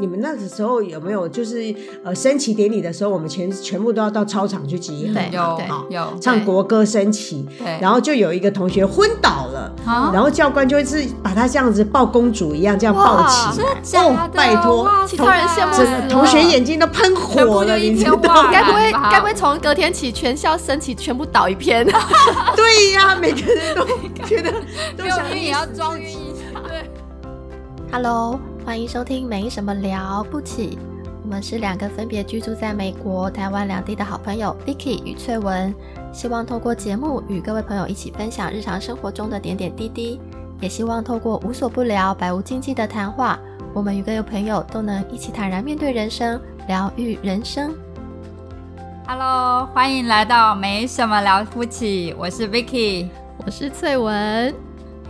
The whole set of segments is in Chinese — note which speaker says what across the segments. Speaker 1: 你们那个时候有没有就是呃升旗典礼的时候，我们全全部都要到操场去集合，
Speaker 2: 对
Speaker 3: 有
Speaker 2: 对
Speaker 3: 有，
Speaker 1: 唱国歌升旗，
Speaker 3: 对，
Speaker 1: 然后就有一个同学昏倒了，
Speaker 3: 啊
Speaker 1: 然后教官就是把他这样子抱公主一样这样抱起，
Speaker 3: 真的假的？
Speaker 1: 哦拜托
Speaker 3: 哇
Speaker 2: 其他人羡慕
Speaker 3: 真
Speaker 1: 整个
Speaker 3: 的
Speaker 1: 同学眼睛都喷
Speaker 3: 全部
Speaker 1: 火
Speaker 3: 就
Speaker 1: 了，
Speaker 3: 一
Speaker 1: 你知
Speaker 3: 片
Speaker 1: 道？
Speaker 3: 哇，
Speaker 2: 该不会
Speaker 3: 哇
Speaker 2: 该不会从隔天起全校升旗全部倒一 片？
Speaker 1: 对呀、每个人 都觉得都
Speaker 3: 没有
Speaker 1: 想
Speaker 3: 晕也要装晕 一下？对，
Speaker 2: Hello，欢迎收听《没什么了不起》，我们是两个分别居住在美国、台湾两地的好朋友 Vicky 与翠文，希望透过节目与各位朋友一起分享日常生活中的点点滴滴，也希望透过无所不聊、百无禁忌的谈话，我们与各位朋友都能一起坦然面对人生，疗愈人生。
Speaker 3: Hello，欢迎来到没什么了不起，我是 Vicky。
Speaker 2: 我是翠文，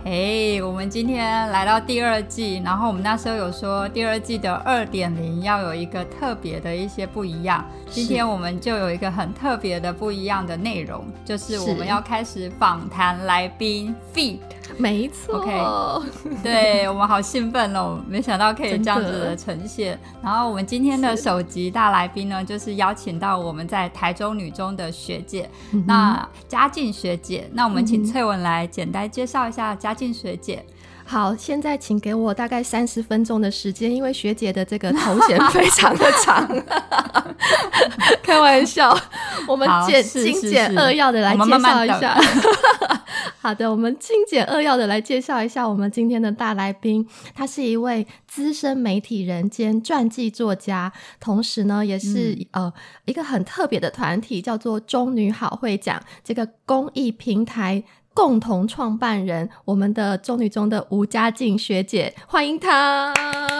Speaker 3: 嘿我们今天来到第二季，然后我们那时候有说第二季的二点零要有一个特别的一些不一样。今天我们就有一个很特别的不一样的内容，就是我
Speaker 2: 是
Speaker 3: 们要开始访谈来宾 feed。
Speaker 2: 没错
Speaker 3: OK 对我们好兴奋哦！没想到可以
Speaker 2: 真的
Speaker 3: 这样子的呈现。然后我们今天的首集大来宾呢，就是邀请到我们在台中女中的学姐，
Speaker 1: 嗯
Speaker 3: 那嘉靖学姐。那我们请
Speaker 2: 嗯
Speaker 3: 翠文来简单介绍一下嘉靖学姐。
Speaker 2: 好，现在请给我大概三十分钟的时间，因为学姐的这个头衔非常的 长。开玩笑，我们
Speaker 3: 好
Speaker 2: 简
Speaker 3: 是
Speaker 2: 精
Speaker 3: 是
Speaker 2: 简
Speaker 3: 是
Speaker 2: 扼要的来
Speaker 3: 我们
Speaker 2: 介
Speaker 3: 慢慢
Speaker 2: 绍一
Speaker 3: 等
Speaker 2: 下。 好的，我们精简扼要的来介绍一下我们今天的大来宾，他是一位资深媒体人兼传记作家，同时呢也是、
Speaker 3: 嗯
Speaker 2: 呃一个很特别的团体，叫做中女好会讲这个公益平台。共同创办人，我们的中女中的吴佳静学姐，欢迎她。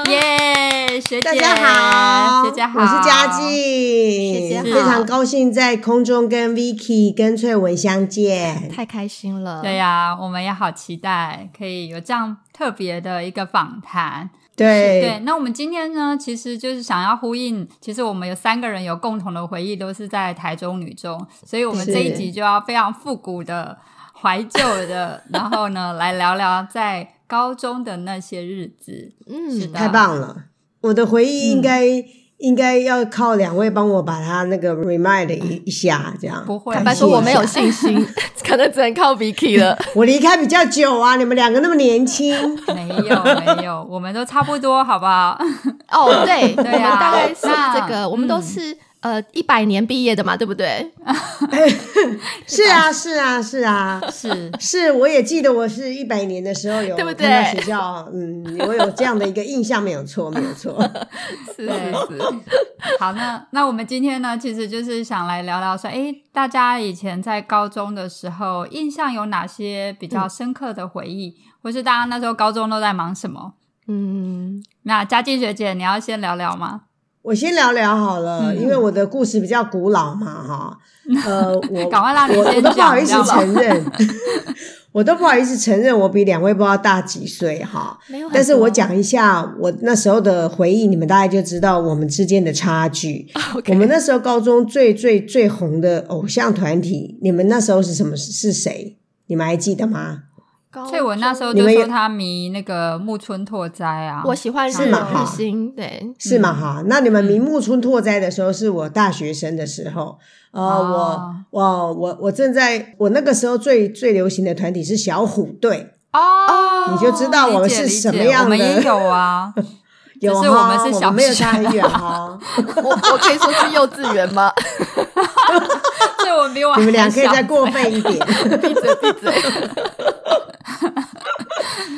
Speaker 3: 耶，学姐，
Speaker 1: 嗯大家好，
Speaker 3: 学姐好，
Speaker 1: 我是佳
Speaker 2: 学姐
Speaker 1: 静，
Speaker 2: 好
Speaker 1: 非常高兴在空中跟 Vicky 跟翠文相 见。
Speaker 2: 太开心了，
Speaker 3: 对呀、我们也好期待可以有这样特别的一个访谈。对，
Speaker 1: 对，
Speaker 3: 那我们今天呢，其实就是想要呼应，其实我们有三个人有共同的回忆，都是在台中女中，所以我们
Speaker 1: 是
Speaker 3: 这一集就要非常复古的、怀旧的，然后呢，来聊聊在高中的那些日子。是
Speaker 2: 嗯
Speaker 3: 的，
Speaker 1: 太棒了！我的回忆应该、应该要靠两位帮我把它那个 remind 一一下，这样。
Speaker 3: 不会
Speaker 2: 坦
Speaker 1: 感
Speaker 2: 白说
Speaker 1: 谢一
Speaker 2: 我没有
Speaker 1: 下
Speaker 2: 信心， 可能只能靠 Vicky 了。
Speaker 1: 我离开比较久啊，你们两个那么年轻，
Speaker 3: 没有，没有，我们都差不多，好不好？
Speaker 2: 哦，对，我
Speaker 3: 对啊
Speaker 2: 们大概是
Speaker 3: 那
Speaker 2: 这个，我们都
Speaker 3: 嗯
Speaker 2: 是呃一百年毕业的嘛，对不对？
Speaker 1: 是啊，是啊，是啊。
Speaker 3: 是，
Speaker 1: 是，我也记得我是一百年的时候有
Speaker 2: 对不
Speaker 1: 看
Speaker 2: 对
Speaker 1: 到学校，嗯，我有这样的一个印象，没有错，没有错。
Speaker 2: 是
Speaker 3: 对
Speaker 2: 是是，
Speaker 3: 好，那那我们今天呢，其实就是想来聊聊说，诶，大家以前在高中的时候，印象有哪些比较深刻的回忆，或是大家那时候高中都在忙什么？
Speaker 2: 嗯，
Speaker 3: 那佳静学姐，你要先聊聊吗？
Speaker 1: 我先聊聊好了，
Speaker 3: 嗯
Speaker 1: 因为我的故事比较古老嘛， 哈，呃，我
Speaker 3: 赶快让你
Speaker 1: 我
Speaker 3: 先
Speaker 1: 我都不
Speaker 3: 讲
Speaker 1: 好意思
Speaker 3: 你知道吗
Speaker 1: 承认， 我都不好意思承认，我比两位不知道大几岁哈，
Speaker 2: 没有很多，
Speaker 1: 但是我讲一下我那时候的回忆，你们大概就知道我们之间的差 距。
Speaker 2: OK，
Speaker 1: 我们那时候高中最最最红的偶像团体，你们那时候是什么？是谁？你们还记得吗？
Speaker 2: 高
Speaker 3: 翠文那时候
Speaker 1: 哦你
Speaker 3: 就
Speaker 1: 们
Speaker 3: 说
Speaker 1: 有
Speaker 3: 她迷那个木村拓哉啊，
Speaker 2: 我喜欢日
Speaker 1: 是吗
Speaker 2: 日星，对，
Speaker 1: 是吗？
Speaker 3: 嗯
Speaker 1: 哈、那你们明目春拓哉的时候，是我大学生的时候。呃，
Speaker 3: 哦
Speaker 1: 我我我我正在我那个时候最最流行的团体是小虎队，
Speaker 3: 哦，
Speaker 1: 你就知道我们
Speaker 3: 理解
Speaker 1: 是
Speaker 3: 理解
Speaker 1: 什么样的
Speaker 3: 我们也有啊，
Speaker 1: 有
Speaker 3: 只
Speaker 1: 哈，
Speaker 3: 是我们是小
Speaker 1: 没有
Speaker 3: 学生
Speaker 1: 差很远 哈。
Speaker 2: 我 我可以说是幼稚园吗？
Speaker 3: 翠文比我
Speaker 1: 你们俩
Speaker 3: 还
Speaker 1: 可以
Speaker 3: 小
Speaker 1: 再过分一点。
Speaker 2: 闭嘴闭嘴，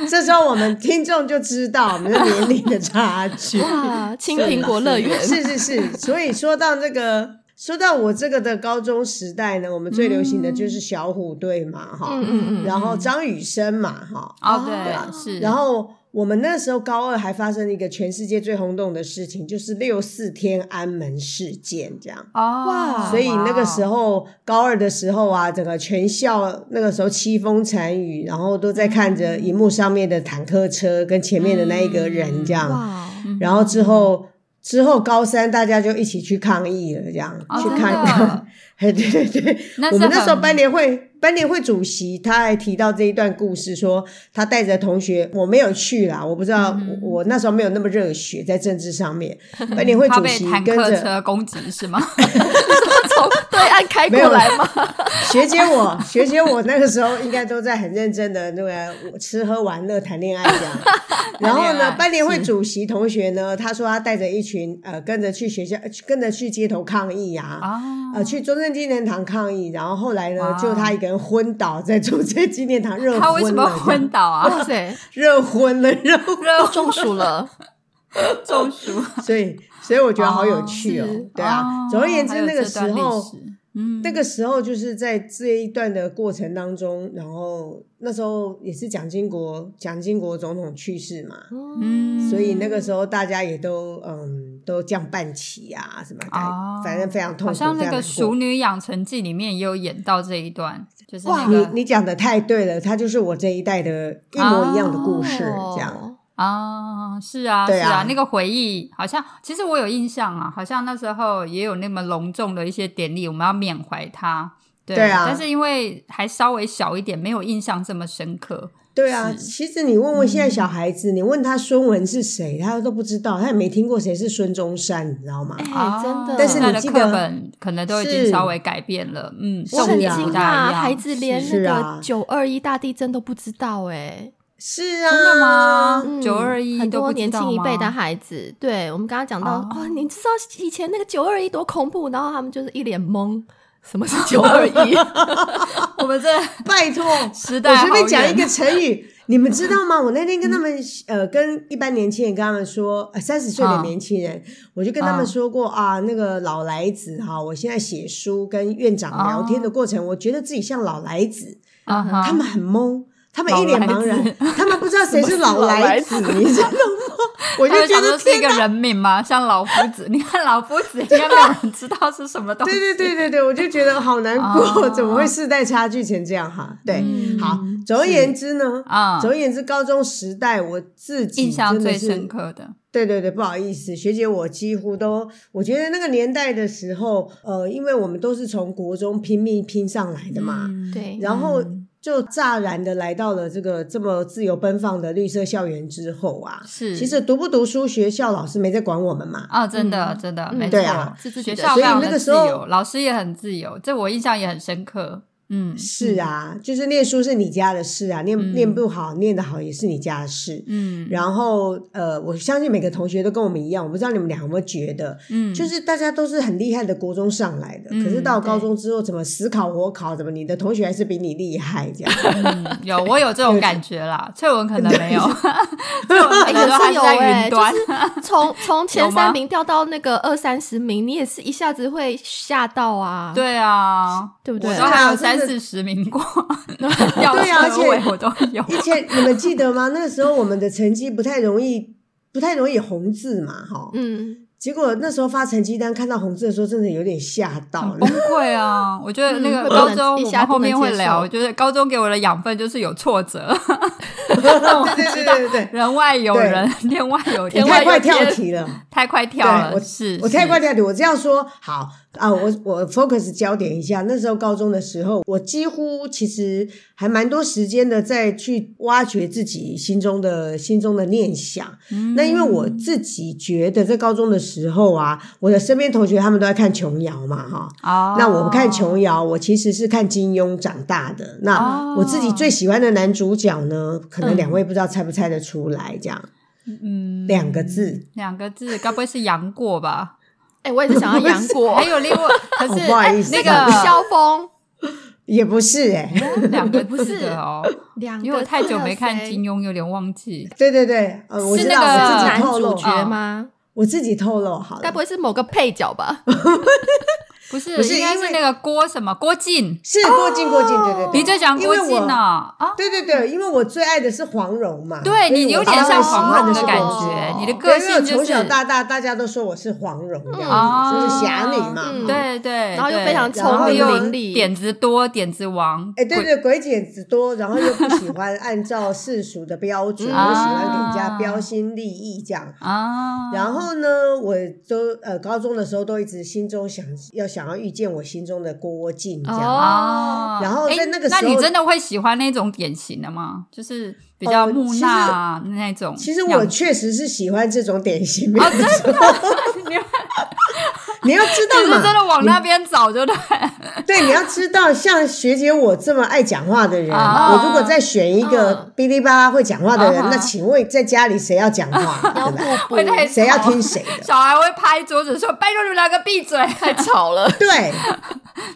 Speaker 1: 这时候我们听众就知道我们的年龄的差距。
Speaker 2: 哇， 青苹果乐园
Speaker 1: 是是是，所以说到那个，说到我这个的高中时代呢，我们最流行的
Speaker 3: 嗯
Speaker 1: 就是小虎队嘛，哈、
Speaker 2: 嗯嗯嗯
Speaker 1: 然后张雨生嘛，哈，
Speaker 3: 哦，
Speaker 2: 啊
Speaker 3: 对，是，
Speaker 1: 然后我们那时候高二还发生了一个全世界最轰动的事情，就是六四天安门事件这样。
Speaker 3: 哦，
Speaker 2: 哇
Speaker 1: 所以那个时
Speaker 3: 候
Speaker 1: 候高二的时候啊，整个全校那个时候凄风惨雨，然后都在看着荧幕上面的坦克车跟前面的那一个
Speaker 3: 嗯
Speaker 1: 人这样。
Speaker 2: 哇，
Speaker 1: 然后之后之后高三大家就一起去抗议了，这样、
Speaker 3: 哦
Speaker 1: 去
Speaker 3: 真
Speaker 1: 看
Speaker 3: 的
Speaker 1: 看。哎，对对对，
Speaker 3: 那
Speaker 1: 我
Speaker 3: 是
Speaker 1: 们那时候
Speaker 3: 很
Speaker 1: 班联会班联会主席他还提到这一段故事说，他带着同学，我没有去啦，我不知道，
Speaker 3: 嗯
Speaker 1: 我我那时候没有那么热血在政治上 面。班联会
Speaker 3: 怕
Speaker 1: 主
Speaker 3: 被
Speaker 1: 席
Speaker 3: 坦
Speaker 1: 跟
Speaker 3: 克
Speaker 1: 着
Speaker 3: 车攻击是吗？
Speaker 2: 从对岸开过来吗？
Speaker 1: 学姐我，学姐我那个时候应该都在很认真的那个吃喝玩乐谈恋爱这 样。然后
Speaker 3: 谈恋爱
Speaker 1: 呢，班联会主席同学呢，他说他带着一群呃跟着去学校，呃跟着去街头抗议呀、 啊。
Speaker 3: 啊，
Speaker 1: 呃，去中正纪念堂抗议，然后后来呢
Speaker 3: 哇，
Speaker 1: 就他一个人昏倒在中正纪念堂，热昏了，
Speaker 3: 他为什么昏倒啊？
Speaker 2: 哇塞，哦
Speaker 1: 热昏了，热昏
Speaker 3: 热
Speaker 2: 中暑了，
Speaker 3: 中暑。
Speaker 1: 所以，所以我觉得好有趣哦，
Speaker 2: 哦是
Speaker 1: 对啊。
Speaker 3: 哦
Speaker 1: 总而言
Speaker 3: 还
Speaker 1: 之，
Speaker 3: 有
Speaker 1: 那个
Speaker 3: 这
Speaker 1: 时
Speaker 3: 段历
Speaker 1: 候，
Speaker 3: 史嗯，
Speaker 1: 那个时候就是在这一段的过程当中，然后那时候也是蒋经国，蒋经国总统去世嘛，
Speaker 3: 嗯，
Speaker 1: 所以那个时候大家也都嗯都降半旗啊什么的，
Speaker 3: 哦
Speaker 1: 反正非常痛苦，
Speaker 3: 好像
Speaker 1: 非
Speaker 3: 那
Speaker 1: 常
Speaker 3: 个
Speaker 1: 难过
Speaker 3: 《熟女养成记》里面也有演到这一段，就是那
Speaker 1: 哇，
Speaker 3: 个
Speaker 1: 你你讲的太对了，它就是我这一代的一模一样的故事，这样。
Speaker 2: 哦
Speaker 3: 啊，是啊，
Speaker 1: 对
Speaker 3: 是啊
Speaker 1: 啊，
Speaker 3: 那个回忆好像，其实我有印象啊，好像那时候也有那么隆重的一些典礼，我们要缅怀他。对
Speaker 1: 对啊
Speaker 3: 但是因为还稍微小一点，没有印象这么深刻。
Speaker 1: 对啊，
Speaker 3: 是
Speaker 1: 其实你问问现在小孩子，你问他孙文是谁，他都不知道，他也没听过谁是孙中山，你知道吗？
Speaker 2: 哎，
Speaker 3: 啊，
Speaker 2: 真的，
Speaker 1: 但是
Speaker 3: 现在
Speaker 1: 你
Speaker 3: 的
Speaker 1: 记
Speaker 3: 课
Speaker 1: 得
Speaker 3: 本可能都已
Speaker 1: 是
Speaker 3: 经稍微改变了，嗯，
Speaker 1: 是
Speaker 2: 我很
Speaker 3: 重
Speaker 1: 啊
Speaker 2: 惊
Speaker 3: 点不
Speaker 2: 讶，
Speaker 3: 大一样
Speaker 2: 孩子连
Speaker 1: 是
Speaker 2: 那
Speaker 1: 啊
Speaker 2: 个九二一大地震都不知道哎、
Speaker 1: 是啊，
Speaker 3: 真的？吗
Speaker 2: 嗯？
Speaker 3: 九二一
Speaker 2: 很
Speaker 3: 都
Speaker 2: 多
Speaker 3: 不知
Speaker 2: 年
Speaker 3: 道
Speaker 2: 轻一辈的
Speaker 3: 吗
Speaker 2: 孩子，对我们刚刚讲到
Speaker 3: 哦
Speaker 2: 哦你知道以前那个九二一多恐怖，然后他们就是一脸懵，什么是九二 一？
Speaker 3: 我们这
Speaker 1: 拜托，
Speaker 3: 时代
Speaker 1: 我随便
Speaker 3: 好
Speaker 1: 讲一
Speaker 3: 远
Speaker 1: 个成语，你们知道吗？我那天跟他们、
Speaker 3: 嗯
Speaker 1: 呃，跟一般年轻人跟他们说，呃三十岁的年轻人，
Speaker 3: 嗯
Speaker 1: 我就跟他们说过啊那个老来子哈，我现在写书跟院长聊天
Speaker 3: 哦
Speaker 1: 的过程，我觉得自己像老来子，
Speaker 2: 嗯
Speaker 3: 啊哈
Speaker 1: 他们很懵。他们一脸茫
Speaker 3: 老来
Speaker 1: 然， 他们不知道谁是
Speaker 2: 老
Speaker 1: 老来
Speaker 2: 来
Speaker 1: 子，你知道吗？我就
Speaker 3: 他们
Speaker 1: 觉
Speaker 3: 想
Speaker 1: 得
Speaker 3: 说是一个人名嘛，像老夫子， 你看老夫子应该没有人知道是什么东西。
Speaker 1: 对对对对对，我就觉得好难过，
Speaker 3: 哦
Speaker 1: 怎么会世代差距成这样哈？对，
Speaker 3: 嗯
Speaker 1: 好，总而言之呢，
Speaker 3: 啊
Speaker 1: 总而言之，高中时代我自己
Speaker 3: 印象
Speaker 1: 真的
Speaker 3: 最
Speaker 1: 是
Speaker 3: 深。刻的，
Speaker 1: 对对对，不好意思，学姐，我几乎都，我觉得那个年代的时候，呃，因为我们都是从国中拼命拼上来的嘛，
Speaker 2: 对，
Speaker 1: 然后
Speaker 3: 嗯
Speaker 1: 就乍然的来到了这个这么自由奔放的绿色校园之后啊，
Speaker 3: 是，
Speaker 1: 其实读不读书，学校老师没在管我们嘛，
Speaker 3: 啊，真的
Speaker 2: 嗯
Speaker 3: 真的，
Speaker 2: 嗯
Speaker 3: 没错
Speaker 1: 对啊，
Speaker 2: 是自己
Speaker 3: 学
Speaker 2: 的
Speaker 3: 校
Speaker 1: 所
Speaker 3: 非
Speaker 1: 以
Speaker 3: 常
Speaker 1: 那个
Speaker 3: 的
Speaker 1: 时
Speaker 3: 自
Speaker 1: 候
Speaker 3: 由，老师也很自由，这我印象也很深刻。嗯，
Speaker 1: 是啊，就是念书是你家的事啊，念、
Speaker 3: 嗯
Speaker 1: 念不好，念得好也是你家的事。
Speaker 3: 嗯，
Speaker 1: 然后呃，我相信每个同学都跟我们一样，我不知道你们俩有没有觉得，
Speaker 3: 嗯，
Speaker 1: 就是大家都是很厉害的国中上来的，
Speaker 3: 嗯
Speaker 1: 可是到高中之后，怎么死考活考，怎么你的同学还是比你厉害这 样？
Speaker 3: 嗯有我有这种感觉啦，翠文可能没有，翠文可
Speaker 2: 哎
Speaker 3: 能
Speaker 2: 也
Speaker 3: 都还
Speaker 2: 是有
Speaker 3: 在
Speaker 2: 哎、
Speaker 3: 云
Speaker 2: 就
Speaker 3: 端。
Speaker 2: 是从从前
Speaker 3: 有吗
Speaker 2: 三名掉到那个二三十名，你也是一下子会吓到啊，
Speaker 3: 对啊，
Speaker 2: 对不
Speaker 3: 我
Speaker 2: 对？
Speaker 3: 都还有
Speaker 1: 对啊
Speaker 3: 三
Speaker 1: 真的
Speaker 3: 四十名 过，吊
Speaker 1: 对啊而
Speaker 3: 车
Speaker 1: 且
Speaker 3: 尾我都有。
Speaker 1: 以前你们记得吗？那个时候我们的成绩不太容易，不太容易红字嘛，哈。
Speaker 2: 嗯，
Speaker 1: 结果那时候发成绩单看到红字的时候，真的有点吓到
Speaker 3: 很。 崩溃啊！我觉得那个高中，我们后面会聊，就是高中给我的养分就是有挫折，
Speaker 1: 对对对对对，
Speaker 3: 人外有人，天外 有
Speaker 1: 我
Speaker 3: 天，
Speaker 1: 太快跳题了。
Speaker 3: 太快跳了，是
Speaker 1: 我太快跳题，我这样说好啊，我我 focus 焦点一下。那时候高中的时候，我几乎其实还蛮多时间的，在去挖掘自己心中的心中的念想。那因为我自己觉得在高中的时候啊，我的身边同学他们都在看琼瑶嘛，哈、
Speaker 3: 啊，
Speaker 1: 那我不看琼瑶，我其实是看金庸长大的。那
Speaker 3: 哦
Speaker 1: 我自己最喜欢的男主角呢，可能
Speaker 2: 嗯
Speaker 1: 两位不知道猜不猜得出来，这样
Speaker 3: 嗯
Speaker 1: 两个字。
Speaker 3: 两个字，该不会是杨过吧？
Speaker 2: 哎、我也是 想要杨过
Speaker 3: 还，有另外，可是哎
Speaker 1: 哦不好意思
Speaker 3: 那
Speaker 1: 不好意思
Speaker 3: 个
Speaker 2: 萧峰，
Speaker 1: 也不是哎、
Speaker 3: 两个
Speaker 2: 不
Speaker 3: 字
Speaker 2: 是
Speaker 3: 的哦，
Speaker 2: 两个
Speaker 3: 因为我太久没看
Speaker 2: 金
Speaker 3: 金庸，有点忘记。
Speaker 1: 对对对，呃，我
Speaker 3: 是
Speaker 1: 知道，
Speaker 3: 那个
Speaker 1: 我自己
Speaker 2: 男
Speaker 1: 透露
Speaker 2: 主
Speaker 1: 啊，
Speaker 2: 角吗？
Speaker 1: 我自己透露好
Speaker 2: 该不
Speaker 1: 了，
Speaker 2: 会是某个配 角吧？
Speaker 3: 不是，
Speaker 1: 不是
Speaker 3: 应该
Speaker 1: 因为
Speaker 3: 是那个郭什么郭靖，
Speaker 1: 是郭靖，郭靖，对对对，
Speaker 3: 哦你最喜欢
Speaker 1: 因
Speaker 3: 郭
Speaker 1: 为
Speaker 3: 靖
Speaker 1: 我，
Speaker 3: 呢？啊，
Speaker 1: 对对对，因为我最爱的是黄蓉嘛，
Speaker 3: 对
Speaker 1: 所以
Speaker 3: 你有
Speaker 1: 我
Speaker 3: 点
Speaker 1: 当
Speaker 3: 像
Speaker 1: 然喜
Speaker 3: 黄
Speaker 1: 欢
Speaker 3: 蓉
Speaker 1: 的
Speaker 3: 的
Speaker 1: 是
Speaker 3: 感
Speaker 1: 郭靖
Speaker 3: 觉，你的
Speaker 1: 对
Speaker 3: 个
Speaker 1: 因为我
Speaker 3: 性就
Speaker 1: 从
Speaker 3: 是
Speaker 1: 小到大，大家都说我是黄蓉，这样
Speaker 3: 哦
Speaker 1: 子，就是侠女嘛，哎
Speaker 2: 嗯
Speaker 1: 哈
Speaker 3: 对对，
Speaker 2: 然后又
Speaker 3: 对
Speaker 2: 非常
Speaker 1: 然
Speaker 2: 聪
Speaker 1: 后
Speaker 2: 明
Speaker 1: 又
Speaker 2: 伶俐，
Speaker 3: 点子多，点子王。
Speaker 1: 哎，对对，鬼姐子多，然后又不喜欢按照世俗的标准，
Speaker 2: 嗯
Speaker 1: 不喜欢给人家
Speaker 3: 啊
Speaker 1: 标新立异这样。
Speaker 3: 啊，
Speaker 1: 然后呢，我都呃高中的时候都一直心中想要想想要遇见我心中的郭靖这样。
Speaker 2: 哦，
Speaker 1: 然后
Speaker 3: 哎
Speaker 1: 在那个时
Speaker 3: 那
Speaker 1: 候，
Speaker 3: 你真的会喜欢那种典型的吗？就是比较
Speaker 1: 呃
Speaker 3: 木讷那种样子。
Speaker 1: 其实我确实是喜欢这种典型，没有
Speaker 3: 哦，真的，你
Speaker 1: 你要知
Speaker 3: 你
Speaker 1: 道
Speaker 3: 是真
Speaker 1: 嘛，
Speaker 3: 的往那边找，就对。
Speaker 1: 对，你要知道，像学姐我这么爱讲话的人，
Speaker 3: 啊
Speaker 1: 我如果再选一个
Speaker 2: 嗯
Speaker 1: 哔哩吧啦会讲话的人，
Speaker 3: 啊哈
Speaker 1: 那请问在家里谁要讲 话，
Speaker 2: 要
Speaker 1: 对
Speaker 2: 互
Speaker 1: 吧？
Speaker 2: 补
Speaker 3: 会，太
Speaker 1: 谁要听谁的？
Speaker 3: 小孩会拍桌子说：“拜托你们两个闭嘴
Speaker 4: 太吵了。
Speaker 1: 对，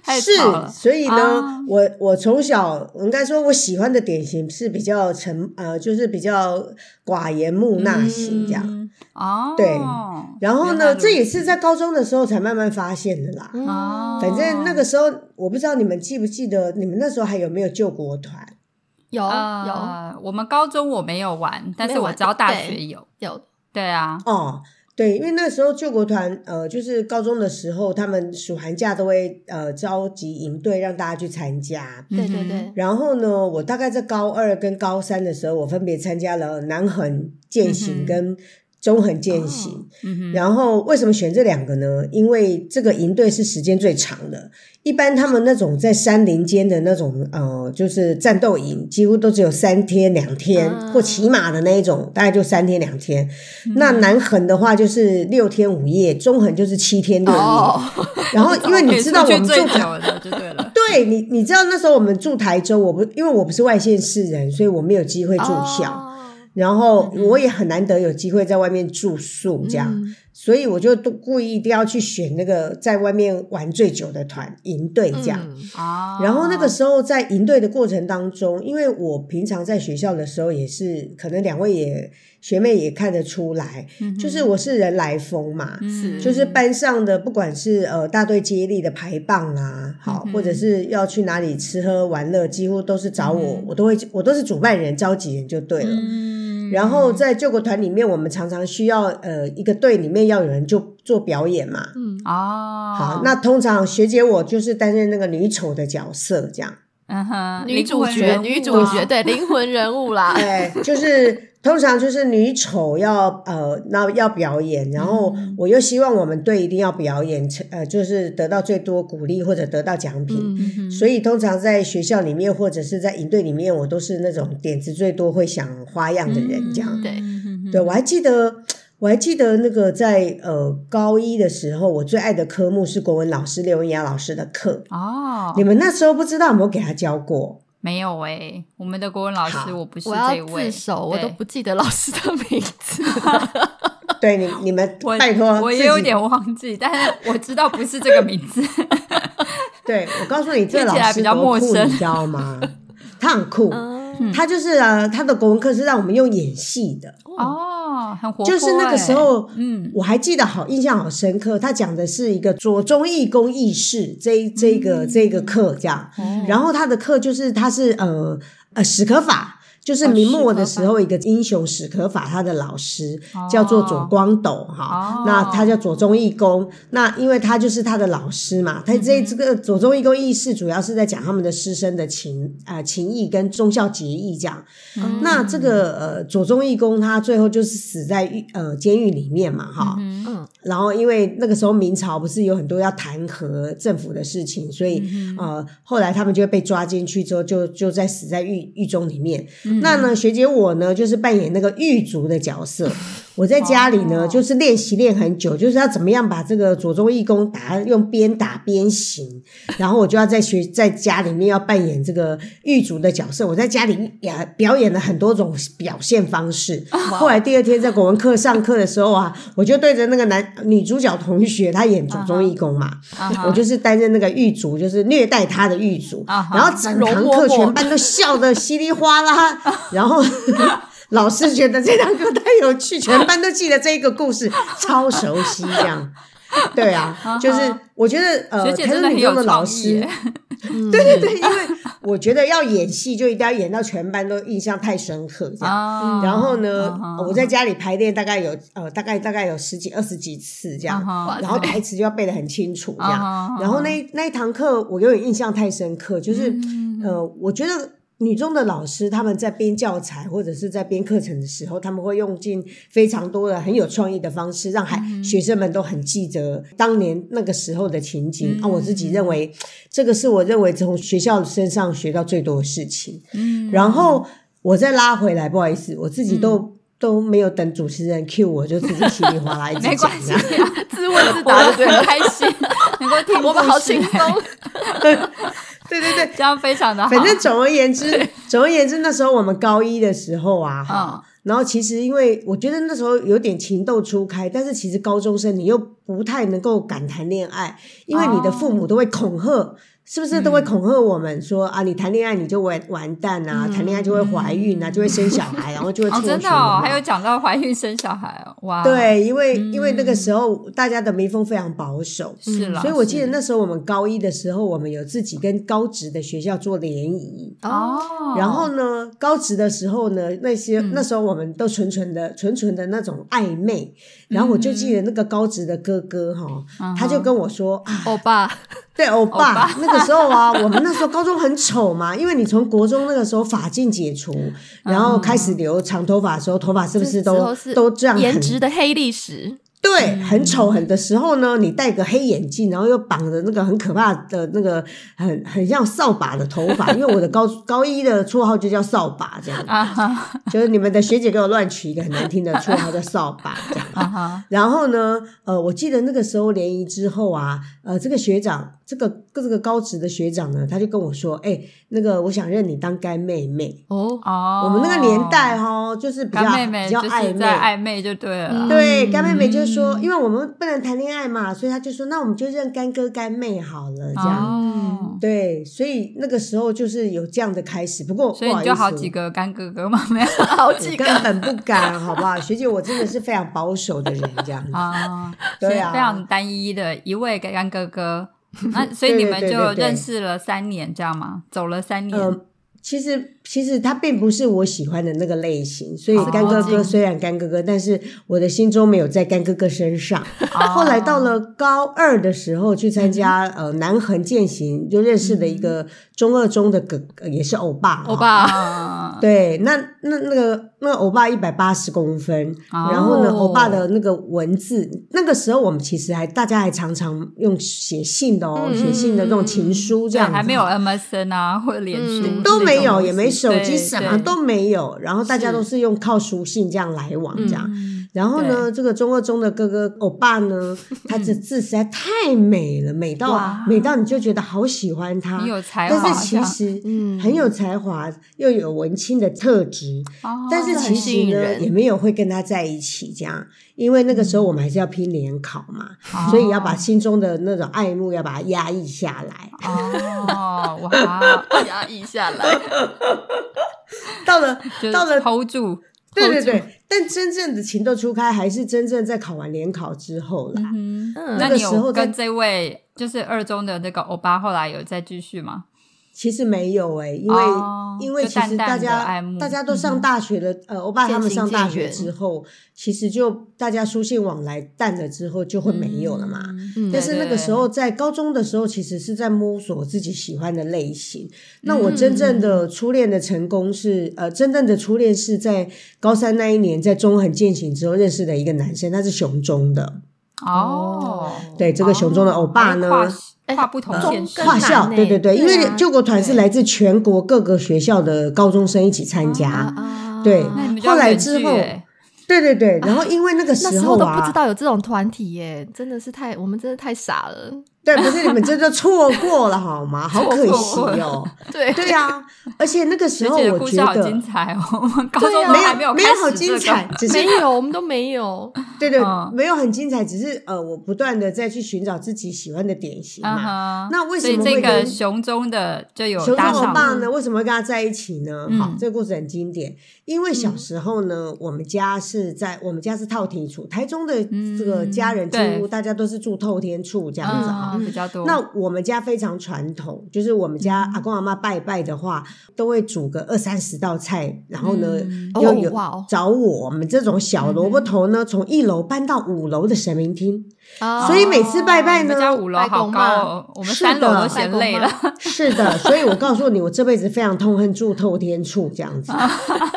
Speaker 3: 太
Speaker 1: 是
Speaker 3: 吵了，
Speaker 1: 所以呢，
Speaker 3: 啊
Speaker 1: 我我从小应该说，我喜欢的典型是比较沉，呃，就是比较寡言木讷型这样。
Speaker 3: 嗯！”哦，
Speaker 1: 对然后
Speaker 3: 原来
Speaker 1: 呢，
Speaker 3: 如
Speaker 1: 这也是
Speaker 3: 此
Speaker 1: 在高中的时候才慢慢发现的啦。
Speaker 2: 嗯
Speaker 3: 哦，
Speaker 1: 反正那个时候，我不知道你们记不记得，你们那时候还有没有救国团？
Speaker 2: 有有
Speaker 3: 呃，我们高中我没有玩，但是
Speaker 2: 有
Speaker 3: 我
Speaker 2: 玩
Speaker 3: 知道大
Speaker 2: 对
Speaker 3: 学有。
Speaker 2: 有，
Speaker 3: 对啊，
Speaker 1: 哦，对，因为那时候救国团，呃，就是高中的时候，他们暑寒假都会呃召集营队让大家去参加。
Speaker 2: 对对
Speaker 3: 嗯哼
Speaker 2: 对，
Speaker 1: 然后呢，我大概在高二跟高三的时候，我分别参加了南横践
Speaker 3: 嗯哼
Speaker 1: 行跟中横践行。
Speaker 2: 哦
Speaker 3: 嗯哼，
Speaker 1: 然后为什么选这两个呢？因为这个营队是时间最长的。一般他们那种在山林间的那种呃，就是战斗营，几乎都只有三天两天，
Speaker 3: 啊
Speaker 2: 嗯
Speaker 1: 或骑马的那一种，大概就三天两天。
Speaker 3: 嗯
Speaker 1: 那南横的话就是六天五夜，中横就是七天六夜。
Speaker 4: 哦，
Speaker 1: 然后因为你
Speaker 3: 可以
Speaker 1: 知道
Speaker 3: 出
Speaker 1: 我
Speaker 3: 去
Speaker 1: 们住
Speaker 3: 最
Speaker 1: 台。
Speaker 3: 久的就对 了
Speaker 1: 对你，你知道那时候我们住台州，我不因为我不是外县市人，所以我没有机会住校。
Speaker 2: 哦
Speaker 1: 然后我也很难得有机会在外面住宿这样，
Speaker 2: 嗯
Speaker 1: 所以我就都故意一定要去选那个在外面玩最久的团营队这样。
Speaker 2: 嗯
Speaker 3: 啊
Speaker 1: 然后那个时候在营队的过程当中，因为我平常在学校的时候也是，可能两位也学妹也看得出来，
Speaker 3: 嗯
Speaker 1: 就是我是人来疯嘛，
Speaker 3: 哼
Speaker 4: 是
Speaker 1: 就是班上的不管是呃大队接力的排棒啊，好，
Speaker 3: 嗯哼
Speaker 1: 或者是要去哪里吃喝玩乐，几乎都是找我，我都会我都是主办人召集人就对了。
Speaker 3: 嗯
Speaker 1: 然后在救国团里面，我们常常需要呃一个队里面要有人就做表演嘛。
Speaker 2: 嗯，
Speaker 3: 哦，
Speaker 1: 好，那通常学姐我就是担任那个女丑的角色，这样。
Speaker 3: 嗯哼，
Speaker 4: 女主
Speaker 3: 灵魂
Speaker 4: 角，
Speaker 3: 人物啊
Speaker 4: 女主角，，对，灵魂人物啦。
Speaker 1: 对，哎就是通常就是女丑要呃，那要表演，然后
Speaker 3: 嗯
Speaker 1: 我又希望我们队一定要表演，呃，就是得到最多鼓励或者得到奖品。
Speaker 2: 嗯
Speaker 1: 所以通常在学校里面或者是在营队里面，我都是那种点子最多、会想花样的人，这样。
Speaker 3: 嗯
Speaker 4: 对，
Speaker 1: 对，我还记得，我还记得那个在呃高一的时候，我最爱的科目是国文老师刘文雅老师的课。
Speaker 3: 哦
Speaker 1: 你，们那时候不知道有没有给他教过？
Speaker 3: 没有诶，我们的国文老师
Speaker 1: 好
Speaker 3: 我不是
Speaker 2: 我
Speaker 3: 这一
Speaker 2: 要
Speaker 3: 位
Speaker 2: 自，首，我
Speaker 3: 对
Speaker 2: 都不记得老师的名 字。
Speaker 1: 对你，你们
Speaker 3: 我
Speaker 1: 拜托，
Speaker 3: 我也
Speaker 1: 自己
Speaker 3: 有点忘记，但是我知道不是这个名 字。
Speaker 1: 对我告诉你，这
Speaker 3: 听
Speaker 1: 老
Speaker 3: 起来
Speaker 1: 师
Speaker 3: 比较
Speaker 1: 多
Speaker 3: 陌
Speaker 1: 酷，
Speaker 3: 生
Speaker 1: 你知道吗？他很酷，
Speaker 2: 嗯
Speaker 1: 他就是呃，他的国文课是让我们用演戏的。
Speaker 3: 哦，很活泼、
Speaker 1: 就是那个时候
Speaker 3: 欸嗯，
Speaker 1: 我还记得好，印象好深刻。他讲的是一个左中义公义士这一这一
Speaker 3: 嗯
Speaker 1: 个、这一个课这样，
Speaker 3: 哦
Speaker 1: 然后他的课就是他是呃呃史可法，就是
Speaker 3: 哦
Speaker 1: 明末的
Speaker 3: 史
Speaker 1: 时
Speaker 3: 可法
Speaker 1: 候一个英雄史可法，他的老师、
Speaker 3: 哦
Speaker 1: 叫做左光斗哈，
Speaker 3: 哦
Speaker 1: 那他叫左中义公，那因为他就是他的老师嘛，他
Speaker 3: 嗯
Speaker 1: 这这个左中义公义士主要是在讲他们的师生的情啊、呃情谊跟忠孝节义这样，
Speaker 2: 嗯
Speaker 1: 那这个呃左宗义公他最后就是死在狱呃监狱里面嘛哈，
Speaker 3: 嗯
Speaker 2: 嗯
Speaker 1: 然后因为那个时候明朝不是有很多要弹劾政府的事情，所以、
Speaker 3: 嗯
Speaker 1: 呃后来他们就被抓进去之后就就在死在狱狱中里面。
Speaker 3: 嗯
Speaker 1: 那呢学姐我呢就是扮演那个狱卒的角色，我在家里呢、
Speaker 3: 哦
Speaker 1: 就是练习练很久，就是要怎么样把这个左宗义公打用鞭打鞭刑，然后我就要在学 在家里面要扮演这个狱卒的角色，我在家里也表演了很多种表现方式。后来第二天在国文课上课的时候啊，我就对着那个男女主角同学，她演左中义公嘛，
Speaker 3: 啊哈
Speaker 1: 我就是担任那个狱卒，就是虐待他的狱卒，
Speaker 3: 啊哈
Speaker 1: 然后整堂
Speaker 4: 容嬷
Speaker 1: 课
Speaker 4: 嬷
Speaker 1: 全班都笑得稀里哗 啦，然后老师觉得这堂课太有趣，全班都记得这一个故事，超熟悉这样。对 啊，就是我觉得呃，
Speaker 3: 学姐
Speaker 1: 台中
Speaker 3: 真的很
Speaker 1: 女中
Speaker 3: 有
Speaker 1: 的老
Speaker 3: 创意
Speaker 1: 师嗯
Speaker 3: 耶，，
Speaker 1: 对对对，因为我觉得要演戏就一定要演到全班都印象太深刻这样。
Speaker 3: 啊
Speaker 1: 然后呢
Speaker 3: 啊，
Speaker 1: 我在家里排练大概有呃，大概大概有十几二十几次这样
Speaker 3: 啊哈，
Speaker 1: 然后台词就要背得很清楚这
Speaker 3: 啊哈啊
Speaker 1: 样
Speaker 3: 哈。
Speaker 1: 然后那那一堂课我有点印象太深刻，就是
Speaker 3: 嗯
Speaker 1: 呃，我觉得女中的老师他们在编教材或者是在编课程的时候，他们会用尽非常多的很有创意的方式，让孩、
Speaker 3: 嗯
Speaker 1: 学生们都很记得当年那个时候的情
Speaker 3: 嗯
Speaker 1: 景。啊，我自己认为这个是我认为从学校身上学到最多的事情。
Speaker 3: 嗯，
Speaker 1: 然后我再拉回来，不好意思，我自己都、都没有等主持人 cue 我，就自己稀里哗啦一直
Speaker 3: 没
Speaker 1: 讲
Speaker 3: 关
Speaker 1: 这
Speaker 3: 系
Speaker 1: 样。
Speaker 3: 啊，
Speaker 4: 自问自
Speaker 3: 我
Speaker 4: 答
Speaker 3: 们
Speaker 4: 就对
Speaker 3: 很
Speaker 4: 了。
Speaker 3: 开心，能够听
Speaker 4: 我们好
Speaker 3: 故事
Speaker 4: 轻松，
Speaker 1: 对对对，
Speaker 3: 这样非常的 好。
Speaker 1: 反正总而言 之，总而言之，那时候我们高一的时候啊，哈、
Speaker 3: 嗯
Speaker 1: 然后其实因为我觉得那时候有点情窦初开，但是其实高中生你又不太能够敢谈恋爱，因为你的父母都会恐吓。是不是都会恐吓我们说、啊，你谈恋爱你就完完蛋啊，
Speaker 3: 嗯
Speaker 1: 谈恋爱就会怀孕啊，就会生小孩，然后就会
Speaker 3: 哦，
Speaker 1: 辍学
Speaker 3: 真的
Speaker 1: 了
Speaker 3: 哦
Speaker 1: 嘛，
Speaker 3: 还有讲到怀孕生小孩哦，哇，，
Speaker 1: 对，因为、因为那个时候大家的民风非常保守，
Speaker 3: 是了。
Speaker 1: 嗯所以我记得
Speaker 3: 是
Speaker 1: 那时候我们高一的时候，我们有自己跟高职的学校做联谊。
Speaker 2: 哦，嗯
Speaker 3: 哦，
Speaker 1: 然后呢，高职的时候呢，那些、那时候我们都纯纯的、纯纯的那种暧昧。
Speaker 2: 嗯
Speaker 1: 然后我就记得那个高职的哥哥哈、
Speaker 3: 嗯
Speaker 1: 他就跟我说啊，
Speaker 2: 欧巴，
Speaker 1: 对，欧巴，那个时候啊， 我们那时候高中很丑嘛，因为你从国中那个时候发禁解除，然后开始留长头发的时候，头发是不是
Speaker 2: 嗯这时
Speaker 1: 都
Speaker 2: 候是
Speaker 1: 都这样
Speaker 2: 颜
Speaker 1: 很
Speaker 2: 值嗯的黑历史，
Speaker 1: 对，很丑很的时候呢，你戴个黑眼镜，然后又绑着那个很可怕的那个很很像扫把的头发，因为我的高高一的绰号就叫扫把，这样，
Speaker 3: 啊哈
Speaker 1: 就是你们的学姐给我乱取一个很难听的绰号叫扫把，这样。
Speaker 3: 啊哈，
Speaker 1: 然后呢，呃，我记得那个时候联谊之后啊，呃，这个学长，这个这个高职的学长呢，他就跟我说，哎、那个我想认你当干妹妹。
Speaker 2: 哦，
Speaker 3: 哦，
Speaker 1: 我们那个年代哦，就是比较
Speaker 3: 干妹妹
Speaker 1: 比较
Speaker 3: 就
Speaker 1: 暧
Speaker 3: 是
Speaker 1: 昧，嗯
Speaker 3: 在嗯暧昧就对了啦，
Speaker 1: 对，干妹妹就说，哎因为我们不能谈恋爱嘛，所以她就说，那我们就认干哥干妹好了，这样。
Speaker 3: 哦，
Speaker 1: 对，所以那个时候就是有这样的开始。不过，
Speaker 3: 所以你就好几
Speaker 1: 个，
Speaker 3: 个干哥哥嘛，没有
Speaker 4: 好
Speaker 1: 我
Speaker 4: 几个，
Speaker 1: 根本不敢，好不好？学姐，我真的是非常保守的人，这 样子。
Speaker 3: 啊，
Speaker 1: 对啊
Speaker 3: 是非常单一的一位干 哥哥。那所以你们
Speaker 1: 对对对
Speaker 3: 就
Speaker 1: 对对
Speaker 3: 认识了三年，这样吗？走了三年，
Speaker 1: 嗯，其实其实他并不是我喜欢的那个类型，所以
Speaker 3: 哦
Speaker 1: 干哥
Speaker 3: 哦
Speaker 1: 哥虽然干哥哥，但是我的心中没有在干哥哥身上。
Speaker 3: 哦
Speaker 1: 后来到了高二的时候，去参加
Speaker 3: 嗯
Speaker 1: 呃南横践行，就认识了一个中二中的哥，呃也是欧巴，
Speaker 4: 欧。巴，
Speaker 3: 啊，
Speaker 1: 对，那那那个那个欧巴一百八十公分，
Speaker 3: 哦
Speaker 1: 然后呢，欧巴的那个文字，那个时候我们其实还大家还常常用写信的哦，
Speaker 2: 嗯
Speaker 1: 写信的那种情书这
Speaker 3: 嗯对，
Speaker 1: 样子，
Speaker 3: 还没有 MSN 啊，或者脸书
Speaker 2: 嗯
Speaker 3: 这种
Speaker 1: 都没有，
Speaker 3: 东西
Speaker 1: 也没手机，
Speaker 3: 对
Speaker 1: 什么都没有。然后大家都是用靠书信这样来往
Speaker 3: 嗯
Speaker 1: 这样。然后呢，这个中二中的哥哥欧巴 呢，他这字实在太美了，美到
Speaker 3: 哇
Speaker 1: 美到你就觉得好喜欢他
Speaker 3: 对你。有才华，
Speaker 1: 啊但是
Speaker 3: 这
Speaker 1: 其
Speaker 3: 样
Speaker 1: 实
Speaker 2: 嗯
Speaker 1: 很有才华，又有文青的特质，
Speaker 3: 哦
Speaker 1: 但是
Speaker 2: 这很
Speaker 1: 其
Speaker 2: 吸
Speaker 1: 实
Speaker 2: 引
Speaker 1: 呢
Speaker 2: 人
Speaker 1: 也没有会跟他在一起这样，因为那个时候我们还是要拼联考嘛，
Speaker 3: 哦
Speaker 1: 所以要把心中的那种爱慕要把它压抑下来。
Speaker 3: 哦，哇，
Speaker 4: 压抑下来，
Speaker 1: 到了
Speaker 3: 就是
Speaker 1: 到了
Speaker 3: hold 住，
Speaker 1: 对
Speaker 3: hold
Speaker 1: 对
Speaker 3: 住，
Speaker 1: 对，但真正的情窦初开还是真正在考完联考之后啦。
Speaker 3: 嗯，
Speaker 2: 嗯
Speaker 3: 那
Speaker 1: 个
Speaker 3: 你
Speaker 1: 时候
Speaker 3: 有
Speaker 1: 在
Speaker 3: 跟这位就是二中的那个欧巴后来有再继续吗？
Speaker 1: 其实没有哎、因为、
Speaker 3: 哦
Speaker 1: 因为
Speaker 3: 就
Speaker 1: 其实
Speaker 3: 淡淡
Speaker 1: 大
Speaker 3: 地
Speaker 1: 家
Speaker 3: 爱慕
Speaker 1: 大家都上大学了，呃，欧巴他们
Speaker 2: 渐行
Speaker 1: 上大
Speaker 2: 渐
Speaker 1: 学
Speaker 2: 远
Speaker 1: 之后，其实就大家书信往来淡了之后就会没有了嘛。
Speaker 2: 嗯
Speaker 1: 但是那个时候在高中的时候，其实是在摸索自己喜欢的类型。那我真正的初恋的成功是，呃，真正的初恋是在高三那一年，在中横践行之后认识的一个男生，他是雄中的，
Speaker 3: 哦，
Speaker 1: 对，这个雄中的欧巴呢，
Speaker 3: 还是跨跨不同
Speaker 2: 哎
Speaker 3: 县市
Speaker 2: 中，
Speaker 1: 跨
Speaker 2: 更
Speaker 1: 校，
Speaker 2: 难
Speaker 1: 对对
Speaker 2: 欸
Speaker 1: 对，因
Speaker 2: 对
Speaker 1: 为
Speaker 2: 啊
Speaker 1: 救国团是
Speaker 2: 对
Speaker 1: 来自全国各个学校的高中生一起参加，
Speaker 2: 啊
Speaker 1: 对
Speaker 3: 那你们就
Speaker 1: 后
Speaker 3: 要
Speaker 1: 来
Speaker 3: 远
Speaker 1: 之
Speaker 3: 距
Speaker 1: 后
Speaker 3: 欸
Speaker 1: 对对对。然后因为那个
Speaker 2: 那
Speaker 1: 时
Speaker 2: 时
Speaker 1: 候
Speaker 2: 候都不知
Speaker 1: 啊，
Speaker 2: 道有这种团体耶，真的是太我们真的太傻了。
Speaker 1: 对，不是你们这就错过了好吗？好可惜哦。
Speaker 4: 对，
Speaker 1: 对啊，而且那个时
Speaker 3: 学
Speaker 1: 候
Speaker 3: 姐的
Speaker 1: 我
Speaker 3: 故
Speaker 1: 觉
Speaker 3: 事好
Speaker 1: 得
Speaker 3: 精彩哦，我们高
Speaker 1: 对
Speaker 3: 中都
Speaker 1: 啊没
Speaker 3: 还
Speaker 1: 有
Speaker 3: 有
Speaker 1: 没
Speaker 3: 开
Speaker 1: 有
Speaker 3: 始
Speaker 1: 好
Speaker 3: 这
Speaker 1: 精
Speaker 3: 个
Speaker 1: 彩，只是
Speaker 2: 没有，我们都没有。
Speaker 1: 对对
Speaker 3: 嗯
Speaker 1: 没有很精彩，只是呃，我不断的再去寻找自己喜欢的典型
Speaker 3: 啊
Speaker 1: 嘛。
Speaker 3: 哈，
Speaker 1: 那为
Speaker 3: 所
Speaker 1: 什
Speaker 3: 以
Speaker 1: 么
Speaker 3: 这
Speaker 1: 会
Speaker 3: 个
Speaker 1: 跟
Speaker 3: 熊中的就有
Speaker 1: 熊中
Speaker 3: 搭
Speaker 1: 欧
Speaker 3: 上
Speaker 1: 巴
Speaker 3: 了
Speaker 1: 呢，为什么会跟他在一起呢？好
Speaker 3: 嗯，
Speaker 1: 这个故事很经典。因为小时候呢，我们家是在我们家是套厅处，台中的这个家人几
Speaker 3: 嗯对
Speaker 1: 乎大家都是住透天处这样子
Speaker 3: 嗯
Speaker 1: 啊。
Speaker 3: 嗯，比较多。
Speaker 1: 那我们家非常传统，就是我们
Speaker 3: 嗯
Speaker 1: 家阿公阿妈拜拜的话，都会煮个二三十道菜，然后呢，
Speaker 3: 嗯
Speaker 1: 又
Speaker 2: 哦
Speaker 1: 有
Speaker 2: 哇哦
Speaker 1: 找我们这种小萝卜头呢，从一楼搬到五楼的神明厅。
Speaker 2: 哦
Speaker 1: 所以每次拜拜
Speaker 3: 你
Speaker 1: 呢
Speaker 3: 们，家五楼好高哦，我们三楼都嫌累了
Speaker 2: 是。
Speaker 1: 是的，所以我告诉你，我这辈子非常痛恨住透天处这样子，
Speaker 3: 哦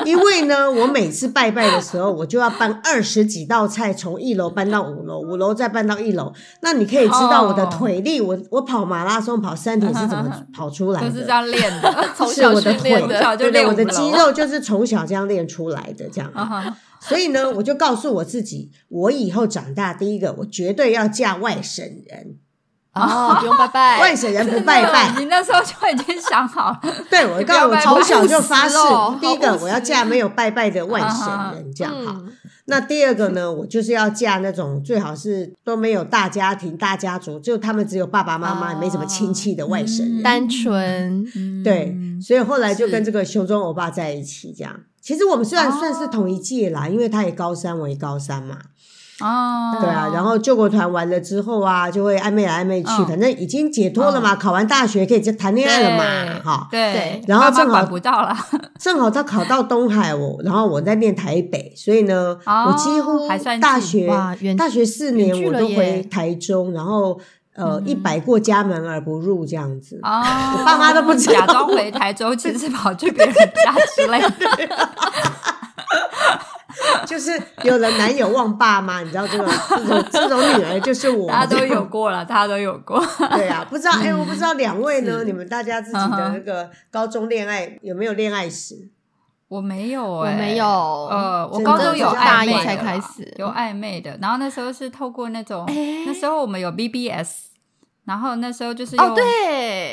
Speaker 1: 因为呢，我每次拜拜的时候，我就要搬二十几道菜，从一楼搬到五楼，五楼再搬到一楼。那你可以知道我的腿
Speaker 3: 哦
Speaker 1: 力，我我跑马拉松跑三铁是
Speaker 3: 嗯
Speaker 1: 怎么跑出来
Speaker 3: 都
Speaker 1: 的，
Speaker 3: 是这样练的，
Speaker 4: 从
Speaker 1: 是
Speaker 4: 小
Speaker 1: 我的
Speaker 4: 训
Speaker 1: 腿
Speaker 4: 练
Speaker 3: 从小
Speaker 4: 的，
Speaker 3: 就
Speaker 1: 对对，
Speaker 3: 练
Speaker 1: 我的
Speaker 3: 五楼
Speaker 1: 肌肉嗯就是从小这样练出来的这样。
Speaker 3: 啊哈
Speaker 1: 所以呢，我就告诉我自己，我以后长大，第一个我绝对要嫁外省人，
Speaker 2: 哦，不用拜拜，
Speaker 1: 外省人不拜拜。
Speaker 3: 你那时候就已经想好了，
Speaker 1: 对，我
Speaker 3: 你不
Speaker 1: 告诉
Speaker 3: 要
Speaker 1: 我
Speaker 3: 拜
Speaker 1: 从
Speaker 3: 拜
Speaker 1: 小就
Speaker 4: 好务
Speaker 1: 发
Speaker 4: 实
Speaker 1: 誓
Speaker 4: 哦，
Speaker 1: 第一个
Speaker 4: 好务
Speaker 1: 我要
Speaker 4: 实
Speaker 1: 嫁没有拜拜的外省人，这样 哈。
Speaker 2: 嗯，
Speaker 1: 那第二个呢，我就是要嫁那种最好是都没有大家庭、大家族，就他们只有爸爸妈妈，
Speaker 2: 哦
Speaker 1: 没什么亲戚的外省人。
Speaker 2: 单纯，
Speaker 3: 嗯
Speaker 1: 对，所以后来就是跟这个熊中欧巴在一起，这样。其实我们虽然
Speaker 3: 哦
Speaker 1: 算是同一届啦，因为他也高三，我也高三嘛。
Speaker 3: 哦，
Speaker 1: 对啊，然后救国团完了之后啊，就会暧昧来暧昧去，
Speaker 3: 嗯
Speaker 1: 反正已经解脱了嘛，考完大学可以就谈恋爱了嘛，
Speaker 3: 对
Speaker 1: 哈。
Speaker 3: 对
Speaker 2: 对，
Speaker 1: 然后
Speaker 3: 爸妈
Speaker 1: 正好
Speaker 3: 管不到了，
Speaker 1: 正好他考到东海，我然后我在念台北，所以呢，
Speaker 3: 哦
Speaker 1: 我几乎
Speaker 3: 还算近
Speaker 1: 大学
Speaker 2: 哇远
Speaker 1: 大学四年
Speaker 2: 远距
Speaker 1: 我
Speaker 2: 了
Speaker 1: 都回
Speaker 2: 耶
Speaker 1: 台中，然后呃一百过家门而不入这样子。
Speaker 3: 嗯哦，我
Speaker 1: 爸妈都不知道
Speaker 3: 假装回台州，其实跑去别人家之类的。
Speaker 1: 就是有了男友忘爸妈，你知道这种这种这种女儿就是我，
Speaker 3: 大家都有过了，大家都有过。
Speaker 1: 对啊，不知道哎、我不知道两位
Speaker 3: 嗯
Speaker 1: 呢，你们大家自己的那个高中恋爱有没有恋爱史？
Speaker 3: 我没有
Speaker 2: 我
Speaker 3: 哎、
Speaker 2: 没有，嗯
Speaker 3: 呃，我
Speaker 1: 真
Speaker 3: 高
Speaker 1: 的
Speaker 3: 中有
Speaker 1: 是
Speaker 3: 暧
Speaker 1: 大
Speaker 3: 昧
Speaker 1: 一
Speaker 3: 的
Speaker 1: 才
Speaker 3: 啦
Speaker 2: 开始
Speaker 3: 有暧昧的，然后那时候是透过那种，
Speaker 2: 哎
Speaker 3: 那时候我们有 BBS，然后那时候就是
Speaker 2: 哦
Speaker 3: 用，
Speaker 2: 对，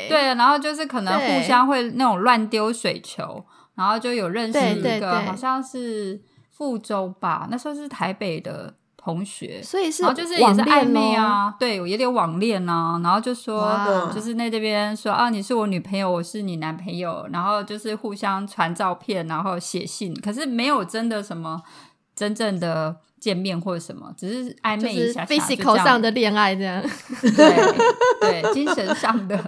Speaker 3: 对，然后就是可能
Speaker 2: 对
Speaker 3: 互相会那种乱丢水球，然后就有认识
Speaker 2: 对
Speaker 3: 一
Speaker 2: 对
Speaker 3: 个
Speaker 2: 对
Speaker 3: 好像是富州吧，那时候是台北的同学，
Speaker 2: 所以是
Speaker 3: 然后就是也
Speaker 2: 网
Speaker 3: 是
Speaker 2: 恋
Speaker 3: 暧昧
Speaker 2: 咯，
Speaker 3: 啊，对，我有点网恋啊，然后就说
Speaker 2: 哇，
Speaker 3: 就是那这边说啊，你是我女朋友，我是你男朋友，然后就是互相传照片，然后写信，可是没有真的什么真正的见面或者什么，只是暧
Speaker 2: 就
Speaker 3: 昧一
Speaker 2: 是
Speaker 3: 下下
Speaker 2: physical 上
Speaker 3: 的，
Speaker 2: 的恋爱这样，
Speaker 3: 对对，精神上的